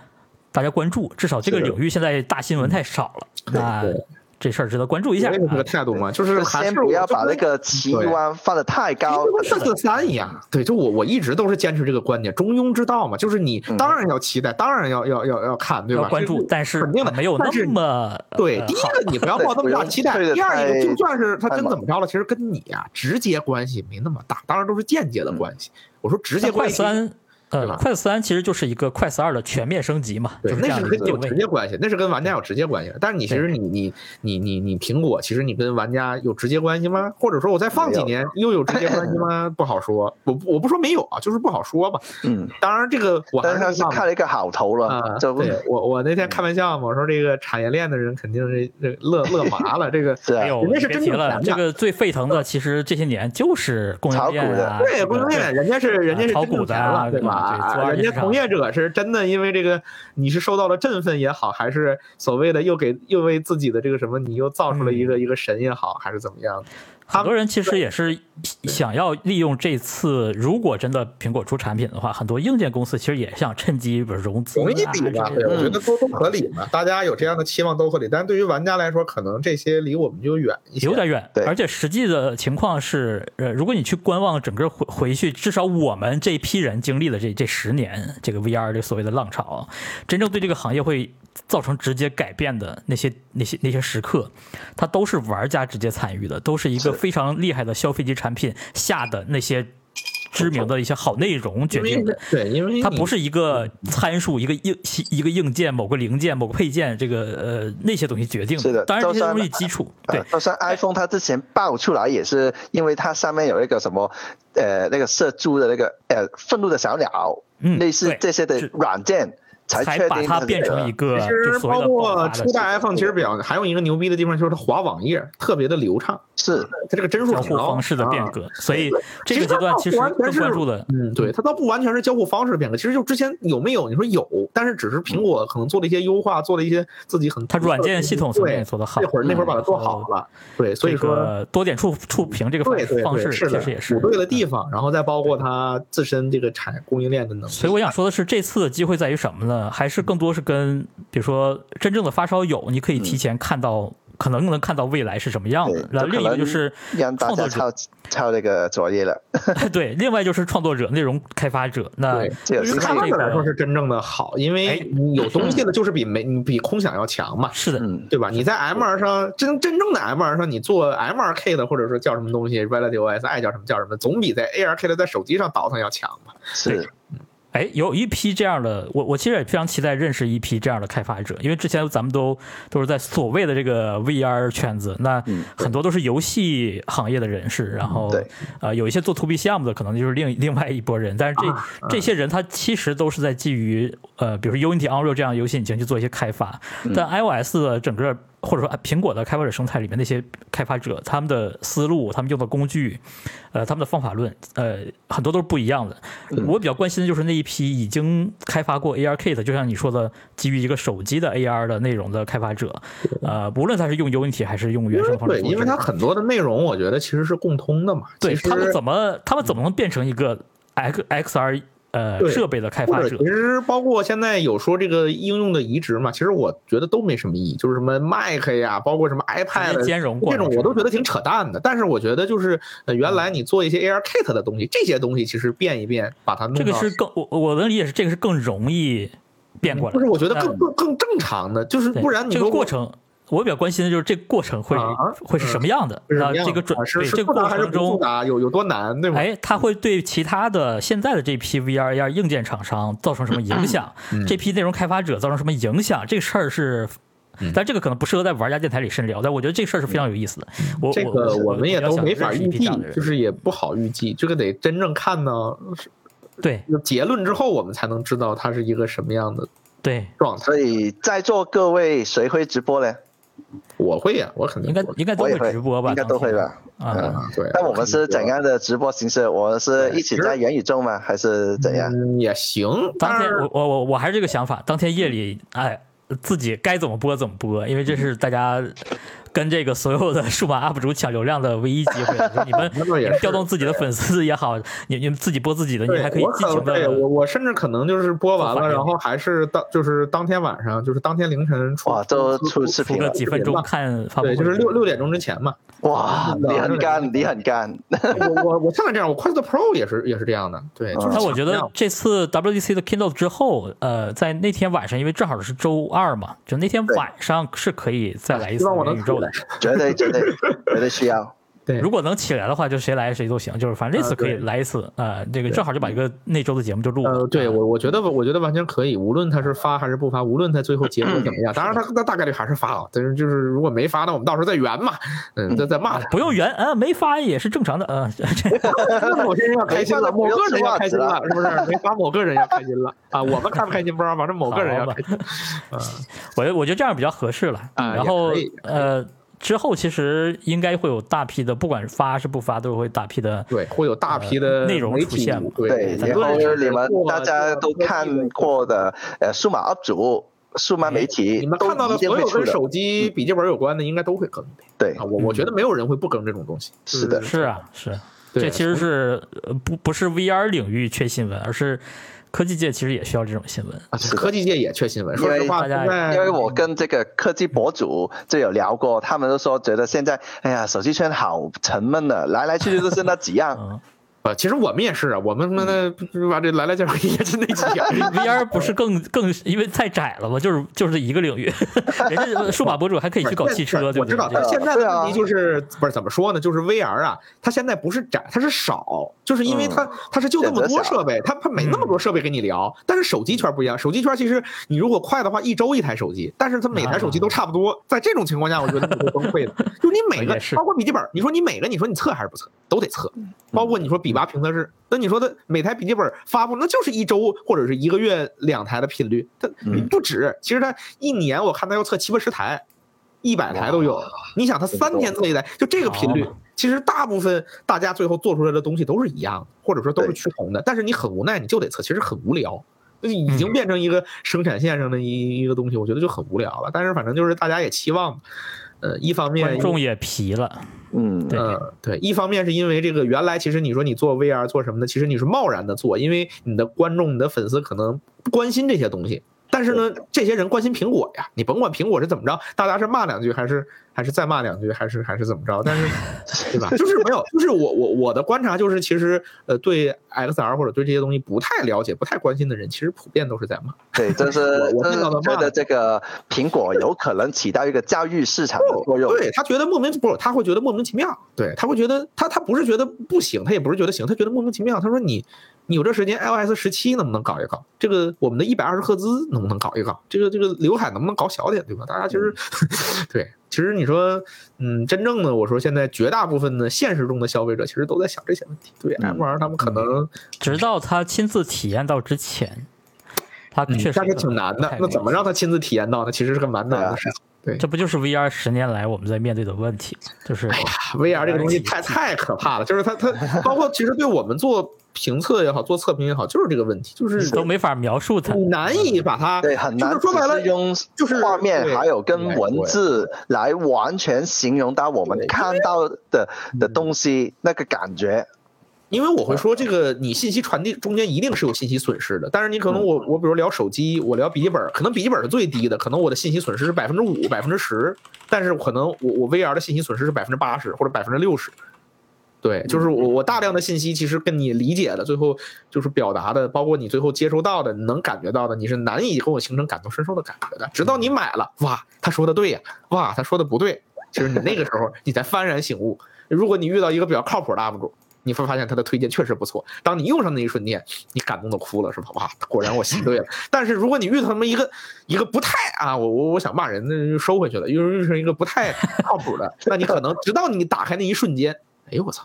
大家关注，至少这个是的嗯领域现在大新闻太少了，那对这事儿值得关注一这下。个是啊个态度嘛，就是就还先是不我要就把跟那个期对望放得太高就。跟特色三一样，对，就我我一直都是坚持这个观点，中庸之道嘛，就是你当然要期待，当然要要要要看，对吧？要关这注，是但是啊肯定的没有但是那么对，呃第一好个你不要抱那么大期待不用，推得第二一太个就算是他太真猛怎么着了，其实跟你啊直接关系没那么大，当然都是间接的关系。我说直接但快关系，三，呃对，吧快三其实就是一个快四二的全面升级嘛，就对，是这那样是的一跟个你有定直位。接关系，那是跟玩家有直接关系的。但是你其实你你你你你苹果，其实你跟玩家有直接关系吗？或者说我再放几年又有直接关系吗？不好说，我不我不说没有啊，就是不好说吧。嗯，当然这个我还但是是他是看看了一个好头啊了，，就对我我那天开玩笑嘛，我说这个产业链的人肯定是这乐乐麻了，这个是哎啊，呦，人家是别真提正了，谈这的个最沸腾的，其实这些年就是供应炒链股 的啊，对，这供应个链，人家是人家是炒真挣股的钱啊了，对吧？对做啊二级人家市场从业者是真的，因为这个你是受到了振奋也好，还是所谓的又给又为自己的这个什么，你又造出了嗯一个一个神也好，还是怎么样的？他很多们人其实也是想要利用这次，如果真的苹果出产品的话，很多硬件公司其实也想趁机比如融资同啊意比吧，之类对，我的觉得都都合理嘛，大家有这样的期望都合理，但是对于玩家来说，可能这些离我们就远一些，有点远对，而且实际的情况是，呃，如果你去观望整个回回去，至少我们这一批人经历了这这十年这个 VR 这所谓的浪潮，真正对这个行业会造成直接改变的那些那些那些时刻，它都是玩家直接参与的，都是一个是非常厉害的消费级产品下的那些知名的一些好内容决因定的为。对，因为嗯它不是是一个参数、一个硬一个硬件、某个零件、某个配件，这个呃那些东西决定是的当然这些就东算西基础，对哎呃，，就算 iPhone 它之前爆出来也是因为它上面有一个什么，呃，那个射猪的那个呃愤怒的小鸟，嗯类似对这些的是软件才才确定把它是变这个成一个其就实所谓包的爆括发初的代 iPhone，其实比较还有一个牛逼的地方就是它滑网页特别的流畅，是它这个帧数交挺互高方式的变啊革。所以这个其实它阶段其实完全更是关注的，嗯，对，它倒不完全是交互方式的变革，其实就之前有没有？你说有，但是只是苹果可能做了一些优化，做了一些自己很嗯它软件系统层面也对，做得好嗯那。会儿那会儿把它做然后好了，对，所以这说。个多点触触屏这个方对对方对，式是确的，实也是嗯补。对的地方，然后再包括它自身这个产供应链的能力。所以我想说的是，这次的机会在于什么呢？还是更多是跟比如说真正的发烧友，你可以提前看到，可能能看到未来是什么样的嗯对。然后就另可一个就能是让大创作者家抄抄那个作业了， 对，另外就是创作者、内容开发者。那对，这有对于信开发息。者来说是真正的好，因哎为你有东西嗯了就是比没你比空想要强嘛，是的，嗯，对吧？你在 M R 上真真正的 M R 上，你做 M R K 的，或者说叫什么东西 Relative OS，爱叫什么叫什么，总比在 A R K 的在手机上倒腾要强嘛。是哎，有一批这样的，我我其实也非常期待认识一批这样的开发者，因为之前咱们都都是在所谓的这个 VR 圈子，那很多都是游戏行业的人士，然后对呃有一些做 to B 项目的，可能就是另另外一拨人，但是这、啊这些人他其实都是嗯在基于呃，比如说 Unity、Unreal 这样的游戏引擎去做一些开发，但 iOS 的整个或者说苹果的开发者生态里面那些开发者，他们的思路、他们用的工具，呃，他们的方法论，呃，很多都是不一样的。我比较关心的就是那一批已经开发过 ARKit，就像你说的，基于一个手机的 AR 的内容的开发者，呃，无论他是用 Unity 还是用原生方对，程因为它很多的内容，我觉得其实是共通的嘛。对其实他们怎么他们怎么能变成一个 X XR 呃对设备的开或发者者其？实包括现在有说这个应用的移植嘛，其实我觉得都没什么意义，就是什么 Mac 呀，包括什么直 iPad 接兼容过这种来是我都吧嗯觉得挺扯淡的。但是我觉得就是呃，原来你做一些 AirKit 的东西，这些东西其实变一变，把它弄这个到是更我我的理解是这个是更容易变过来不的是，。我觉得嗯更更更正常的，就是对不然你这如个果过程，我比较关心的就是这个过程会、啊会是什么样的？是什啊么样这个的转啊是对是这个复过杂还是程不复中，杂，有有多难，对吗？哎，它会对其他的现在的这批 VR AR 硬件厂商造成什么影响？这批内容开发者造成什么影响？这个事儿是。但这个可能不适合在玩家电台里深聊，但我觉得这个事儿是非常有意思的。我这个我我们也都没法预计，就就是是也不好预计，这个得真正看呢是对结论之后，我们才能知道它是一个什么样的对，状态。所以在座各位谁会直播呢？我会呀，我肯定应该会应该都我也直播吧？应该都会吧。当天？啊，啊，对。那我们是怎样的直播形式？我们是一起对在元宇宙吗？还是怎样？嗯也行，当但天是我我我我还是这个想法，当天夜里哎，自己该怎么播怎么播，因为这是大家跟这个所有的数码 UP 主抢流量的唯一机会。你说你们 那倒也你们调是动自己的粉丝也好，你你们自己播自己的，你对，还可以我尽可情对我的。我甚至可能就是播完做反了，应然后还是当就是当天晚上，就是当天凌晨出哇，都出视出频个了！几分钟看发布对，会，就是六六点钟之前嘛。 哇，你很嗯干，你很干。我我我现在这样，我快速 Pro 也是也是这样的，对，就是那我觉这得样这次 WDC 的 Keynote 之后，呃，在那天晚上，因为正好是周二嘛，就那天对晚上是可以再来一哎希次望我元能宇出宙来的。。绝对绝对绝对需 要。对，如果能起来的话，就谁来谁都行，就是反正这次啊可以对来一次，呃，这个正好就把一个那周的节目就录了呃，。对啊我我觉得我觉得完全可以，无论他是发还是不发，无论他最后结果怎么 样，当然他他大概率还是发了，但是就是如果没发，那我们到时候再圆嘛，嗯，再再 骂他。不用圆，呃，没发也是正常的，呃，这这那我真是要开心了，某个人要开心了，没是不是？没发某个人要开心了啊！我们开不开心不知道，反正某个人要开心。我觉得我觉得这样比较合适了。啊然后也可以也可以呃，之后其实应该会有大批的，不管发是不发，都会大批的。对，会有大批的呃内容媒出体现嘛对，咱然们后无论是你们做大家都看，过的，呃，数码 UP 主、数码媒做体哎你们都看到的一定所会有出跟的。手机嗯笔记本有关的，应该都会更对啊。我我觉得没有人会不更这种东西。嗯嗯是的是啊，是。对这其实是呃不不是 VR 领域缺新闻，而是科技界其实也需要这种新闻。啊，是的科技界也缺新闻。因说为实话，大家现在因为我跟这个科技博主就有聊过，他们都说觉得现在，哎呀，手机圈好沉闷的，来来去去都是那几样。嗯呃，其实我们也是啊，我们他妈的把这来来去 去也就那几样。 ，VR 不是 更更因为太窄了吗？就是就是一个领域， 人家数码博主还可以去搞汽车，对不我对？知道。这但个是现在对的啊问题就是不是怎么说呢？就是 VR 啊，它现在不是窄，它是少，就是因为嗯它它是就那么选多择少设备，它它没那么多设备跟你聊。但是手机圈不一样，手机圈其实你如果快的话，一周一台手机，但是它每台手机啊都差不多。在这种情况下，我觉得你会崩溃的。 就你每个也是包括笔记本，你说你每个你说你测还是不测，都得测。包括你说笔八评测试，那你说的每台笔记本发布，那就是一周或者是一个月两台的频率，它不止。其实它一年我看它要测七八十台，一百台都有。你想，它三天测一台，就这个频率好，其实大部分大家最后做出来的东西都是一样的，或者说都是趋同的。但是你很无奈，你就得测，其实很无聊。就已经变成一个生产线上的一一个东西，我觉得就很无聊了。但是反正就是大家也期望，呃，一方面观众也皮了。嗯，对嗯，对，一方面是因为这个原来其实你说你做 VR 做什么的，其实你是贸然的做，因为你的观众、你的粉丝可能不关心这些东西。但是呢，这些人关心苹果呀，你甭管苹果是怎么着，大家是骂两句，还是还是再骂两句，还是还是怎么着？但是，对吧？就是没有，就是我我我的观察就是，其实呃，对 XR 或者对这些东西不太了解、不太关心的人，其实普遍都是在骂。 对，就是我就我是见到的觉骂得的这个苹果有可能起到一个教育市场的作用。对他觉得莫名不，他会觉得莫名其妙，对他会觉得他他不是觉得不行，他也不是觉得行，他觉得莫名其妙。他说你你有这时间，iOS 十七能不能搞一搞？这个我们的一百二十赫兹能不能搞一搞？这个这个刘海能不能搞小点，对吧？大家其实、嗯 对，其实你说嗯，真正的我说现在绝大部分的现实中的消费者其实都在想这些问题，对嗯 M 玩他们可能直到他亲自体验到之前，他嗯确实但是挺难的，那怎么让他亲自体验到呢？其实是个蛮难对啊的事情。对这不就是 VR 十年来我们在面对的问题？就是哎呀，VR 这个东 西太太可怕了，就是它它包括其实对我们做评测也好，做测评也好，就是这个问题，就是都没法描述它。你难以把它对，很就难是说白只了是用就是画面对还有跟文字来完全形容到我对嗯们看到的的东西那个感觉。因为我会说，这个你信息传递中间一定是有信息损失的。但是你可能我我比如聊手机，我聊笔记本，可能笔记本是最低的，可能我的信息损失是百分之五、百分之十，但是可能我我 VR 的信息损失是百分之八十或者百分之六十。对，就是我我大量的信息其实跟你理解的，最后就是表达的，包括你最后接收到的，你能感觉到的，你是难以和我形成感同身受的感觉的。直到你买了，哇，他说的对呀、哇，他说的不对，其实你那个时候你才幡然醒悟。如果你遇到一个比较靠谱的 UP 主，你会发现他的推荐确实不错。当你用上那一瞬间，你感动的哭了，是吧？哇，果然我心对了。但是如果你遇到他们一个一个不太啊，我我我想骂人，那就收回去了。又遇上一个不太靠谱的，那你可能直到你打开那一瞬间，哎呦我操，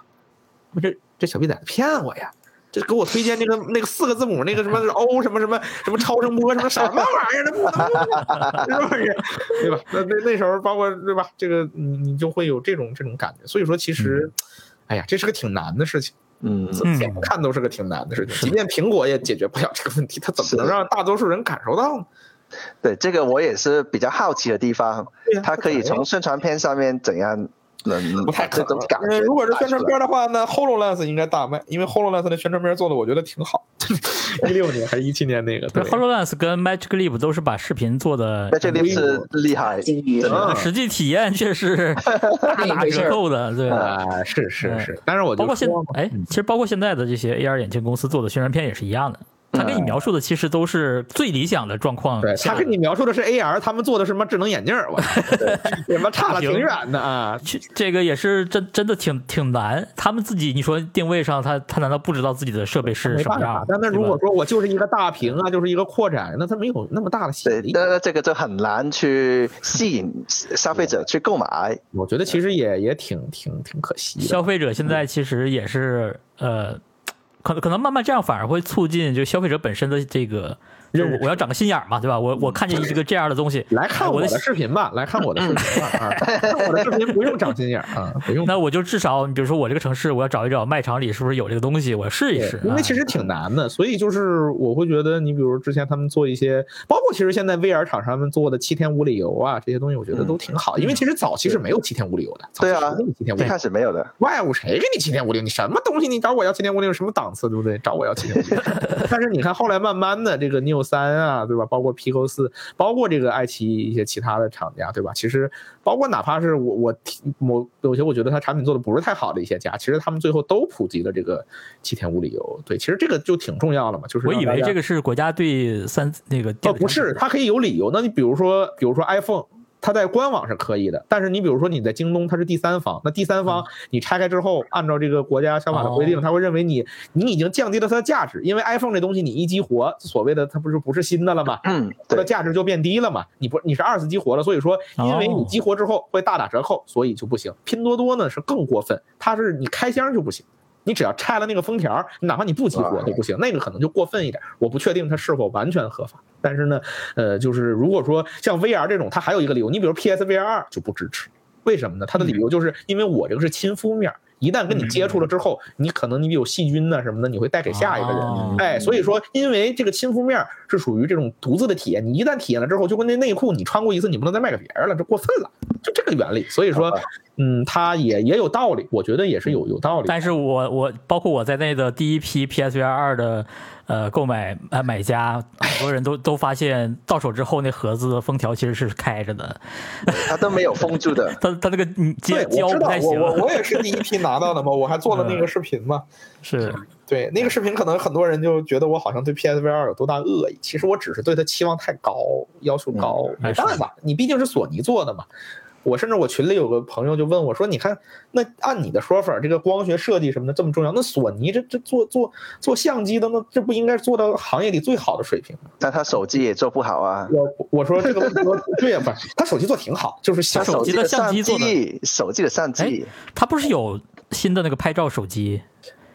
这这小逼崽子骗我呀！这给我推荐那个那个四个字母那个什么 O 什么什么什么超声波什么什么玩意儿，那不能，是 不是？对吧？那那那时候，包括对吧？这个你你就会有这种这种感觉。所以说，其实，哎呀，这是个挺难的事情，嗯，怎嗯怎么看都是个挺难的事情。是的即便苹果也解决不了这个问题，它怎么能是让大多数人感受到呢？对，这个我也是比较好奇的地方对啊呀，它可以从宣传片上面怎样能不太可这能种感。因为觉？如果是宣传，片的话，那 HoloLens 应该大卖，因为 HoloLens 的宣传片做的我觉得挺好， 一六年还是一七年那个，对 h o l o l e n s 跟 Magic Leap 都是把视频做的那，这里是厉害，鲸鱼真的嗯实际体验却 是大打折扣的，对。啊，是是是，但是我嗯就包括现说嘛嗯哎，其实包括现在的这些 AR 眼镜公司做的宣传片也是一样的，它给你描述的其实都是最理想的状况嗯对下他的。给你描述的是 AR，他们做的是什么智能眼镜儿， 我什么差了挺远的啊。去这个也是真真的挺挺难，他们自己你说定位上，他他难道不知道自己的设备是没什么办样法吗？，但那对吧如果说我就是一个大屏啊，就是一个扩展，那它没有那么大的吸对引，力。那那这个就很难去吸引消费者去购买。我觉得其实也也挺挺挺可惜的。消费者现在其实也是呃，可能可能慢慢这样反而会促进就消费者本身的这个，就认识嗯我要长个心眼儿嘛，对吧？我我看见一个这样的东西，哎来看我我的的嗯视频吧，来看我的视频吧啊！看我的视频不用长心眼儿啊，不用。 那我就至少你比如说我这个城市，我要找一找卖场里是不是有这个东西，我要试一对试。因为啊其实挺难的，所以就是我会觉得，你比如之前他们做一些，包括其实现在 VR 厂商们做的七天无理由啊这些东西，我觉得嗯都挺好，因为其实早期是没有七天无理由的，早期对啊谁给你七天无一理由开始没有的，外务谁给你七天五零？你什么东西？你找我要七天五零什么档次，对不对？找我要七天 五零。但是你看后来慢慢的这个 Neo 三啊，对吧？包括 Pico 四，包括这个爱奇艺一些其他的厂家，对吧？其实包括哪怕是我我提我有些我觉得它产品做的不是太好的一些家，其实他们最后都普及了这个七天无理由。对，其实这个就挺重要了嘛，就是我让以大为家这个是国家对三那个哦，电子不是，它可以有理由。那你比如说，比如说 iPhone，它在官网是可以的，但是你比如说你在京东，它是第三方，那第三方你拆开之后，按照这个国家相法的规定，哦他会认为你你已经降低了它的价值，因为 iPhone 这东西你一激活，所谓的它不是不是新的了吗？嗯，它的对，价值就变低了嘛。你不你是二次激活了，所以说因为你激活之后会大打折扣，所以就不行。拼多多呢是更过分，它是你开箱就不行。你只要拆了那个封条，哪怕你不激活哇都不行，那个可能就过分一点。我不确定它是否完全合法，但是呢，呃，就是如果说像 VR 这种，它还有一个理由，你比如 PSVR 二就不支持，为什么呢？它的理由就是因为我这个是亲肤面儿，一旦跟你接触了之后，你可能你有细菌呐、什么的，你会带给下一个人。哦哎，所以说，因为这个亲肤面儿是属于这种独自的体验，你一旦体验了之后，就跟那内裤你穿过一次，你不能再卖给别人了，这过分了，就这个原理。所以说好吧，嗯，它也也有道理，我觉得也是有有道理。但是我我包括我在内的第一批 PSVR 二的呃购买呃买家，很多人都都发现到手之后那盒子的封条其实是开着的，。它都没有封住的 它它那个嗯接，对胶我知不道太，我行，我我也是第一批拿到的嘛，我还做了那个视频嘛。是对，那个视频可能很多人就觉得我好像对 PSVR 有多大恶意，其实我只是对它期望太高，要求高，没办法，你毕竟是索尼做的嘛。我甚至我群里有个朋友就问我说：“你看，那按你的说法，这个光学设计什么的这么重要，那索尼这这做做做相机的，那这不应该做到行业里最好的水平吗但他手机也做不好啊？”，我我说这个问题我 对呀，不是他手机做挺好，就是小他手机机的相相机做的手机的相机哎，它不是有新的那个拍照手机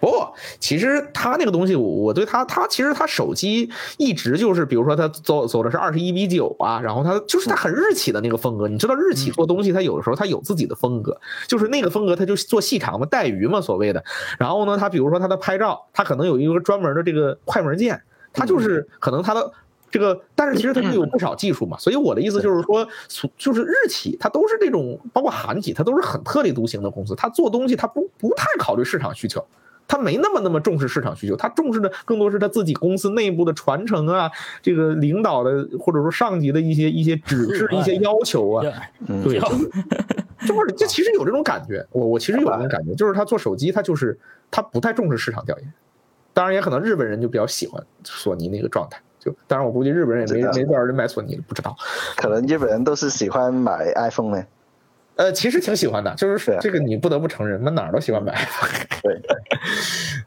不，其实它那个东西，我我对它，它其实它手机一直就是，比如说它走走的是二十一比九啊，然后它就是它很日企的那个风格。你知道日企做东西，它有的时候它有自己的风格，就是那个风格它就做细长嘛，带鱼嘛所谓的。然后呢，它比如说它的拍照，它可能有一个专门的这个快门键，它就是可能它的。这个，但是其实它是有不少技术嘛，所以我的意思就是说，所就是日企它都是这种，包括韩企，它都是很特立独行的公司，它做东西它不不太考虑市场需求。它没那么那么重视市场需求，它重视的更多是它自己公司内部的传承啊，这个领导的或者说上级的一些一些指示、一些要求啊，对，就是就是这其实有这种感觉，我我其实有这种感觉，就是他做手机，他就是他不太重视市场调研，当然也可能日本人就比较喜欢索尼那个状态，就当然我估计日本人也没是的没多少人买索尼了，不知道。可能日本人都是喜欢买 iPhone 呢。呃，其实挺喜欢的，就是啊对这个你不得不承认，那哪儿都喜欢买。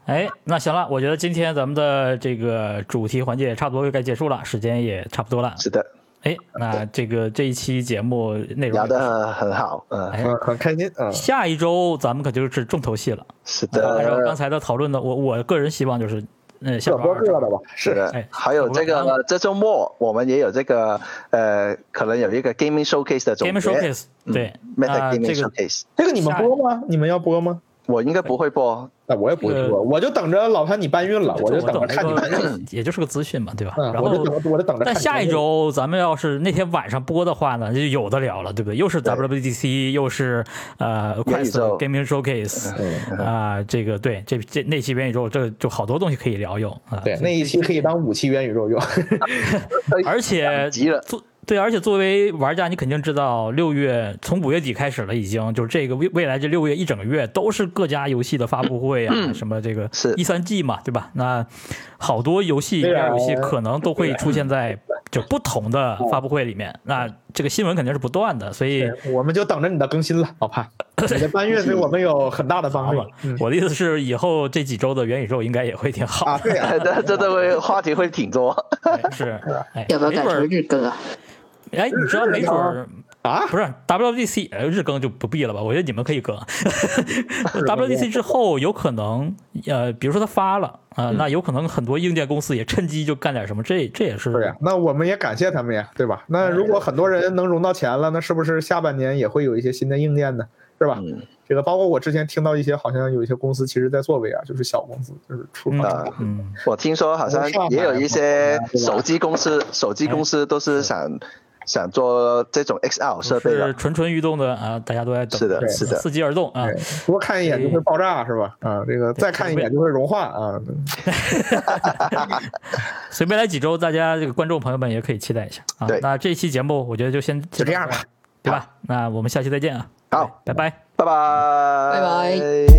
哎，那行了，我觉得今天咱们的这个主题环节也差不多就该结束了，时间也差不多了。是的，哎，那这个这一期节目内容聊也不少，得很好，嗯，哎嗯，很开心啊。嗯下一周咱们可就是重头戏了。是按照的刚，才的讨论呢，我我个人希望就是，呃，下各周呃播二各的吧，是的哎。还有这我个这周末我们也有这个呃，可能有一个 gaming showcase 的总 Game 结 Showcase，对，嗯，Meta 那这 gaming 个 showcase，这个你们下播吗？你们要播吗？我应该不会播，那我也不会这个播，我就等着老潘你搬运了，我就我等等着看你搬运。个，也就是个资讯嘛，对吧？嗯，然我就后。等着，我就等着看你搬但运。下一周咱们要是那天晚上播的话呢，就有的聊了，对不对？又是 WWDC，又是呃快元宇手宙 Gaming 嗯 Showcase 啊、这个对，这这那期元宇宙这就好多东西可以聊用啊。 对那一期可以当武器元 宇宙用。 而且急了作对，而且作为玩家，你肯定知道，六月从五月底开始了，已经就是这个未未来这六月一整个月都是各家游戏的发布会啊，嗯什么这个是一三 G 嘛，对吧？那好多游戏、对啊嗯游戏可能都会出现在就不同的发布会里面，那这个新闻肯定是不断的，所以。对我们就等着你的更新了，老潘。你的搬运对我们有很大的帮好助嗯吧。啊我的意思是，以后这几周的元宇宙应该也会挺好啊，的，对呀，这这这个话题会 挺多，哎是，啊哎，要不要没改准成儿，日更啊？哎，你知道，没准儿啊，不是 WDC 呃日更就不必了吧？我觉得你们可以更。WDC 之后有可能呃，比如说它发了啊、嗯呃那有可能很多硬件公司也趁机就干点什么，这这也是对呀，那我们也感谢他们呀，对吧？那如果很多人能融到钱了，那是不是下半年也会有一些新的硬件呢？是吧？这个包括我之前听到一些，好像有一些公司其实在做 VR，就是小公司，就是出嗯啊嗯，我听说好像也有一些手机公司，手机公司都是想想做这种 XR 设备是的，蠢蠢欲动的啊、大家都在等，是的，是的，伺机而动啊。对，多看一眼就会爆炸是吧？啊，这个再看一眼就会融化啊。所以未来几周，大家这个观众朋友们也可以期待一下啊对。那这期节目我觉得就先就就这样吧，对吧？那我们下期再见啊，好，拜拜。拜拜，拜拜。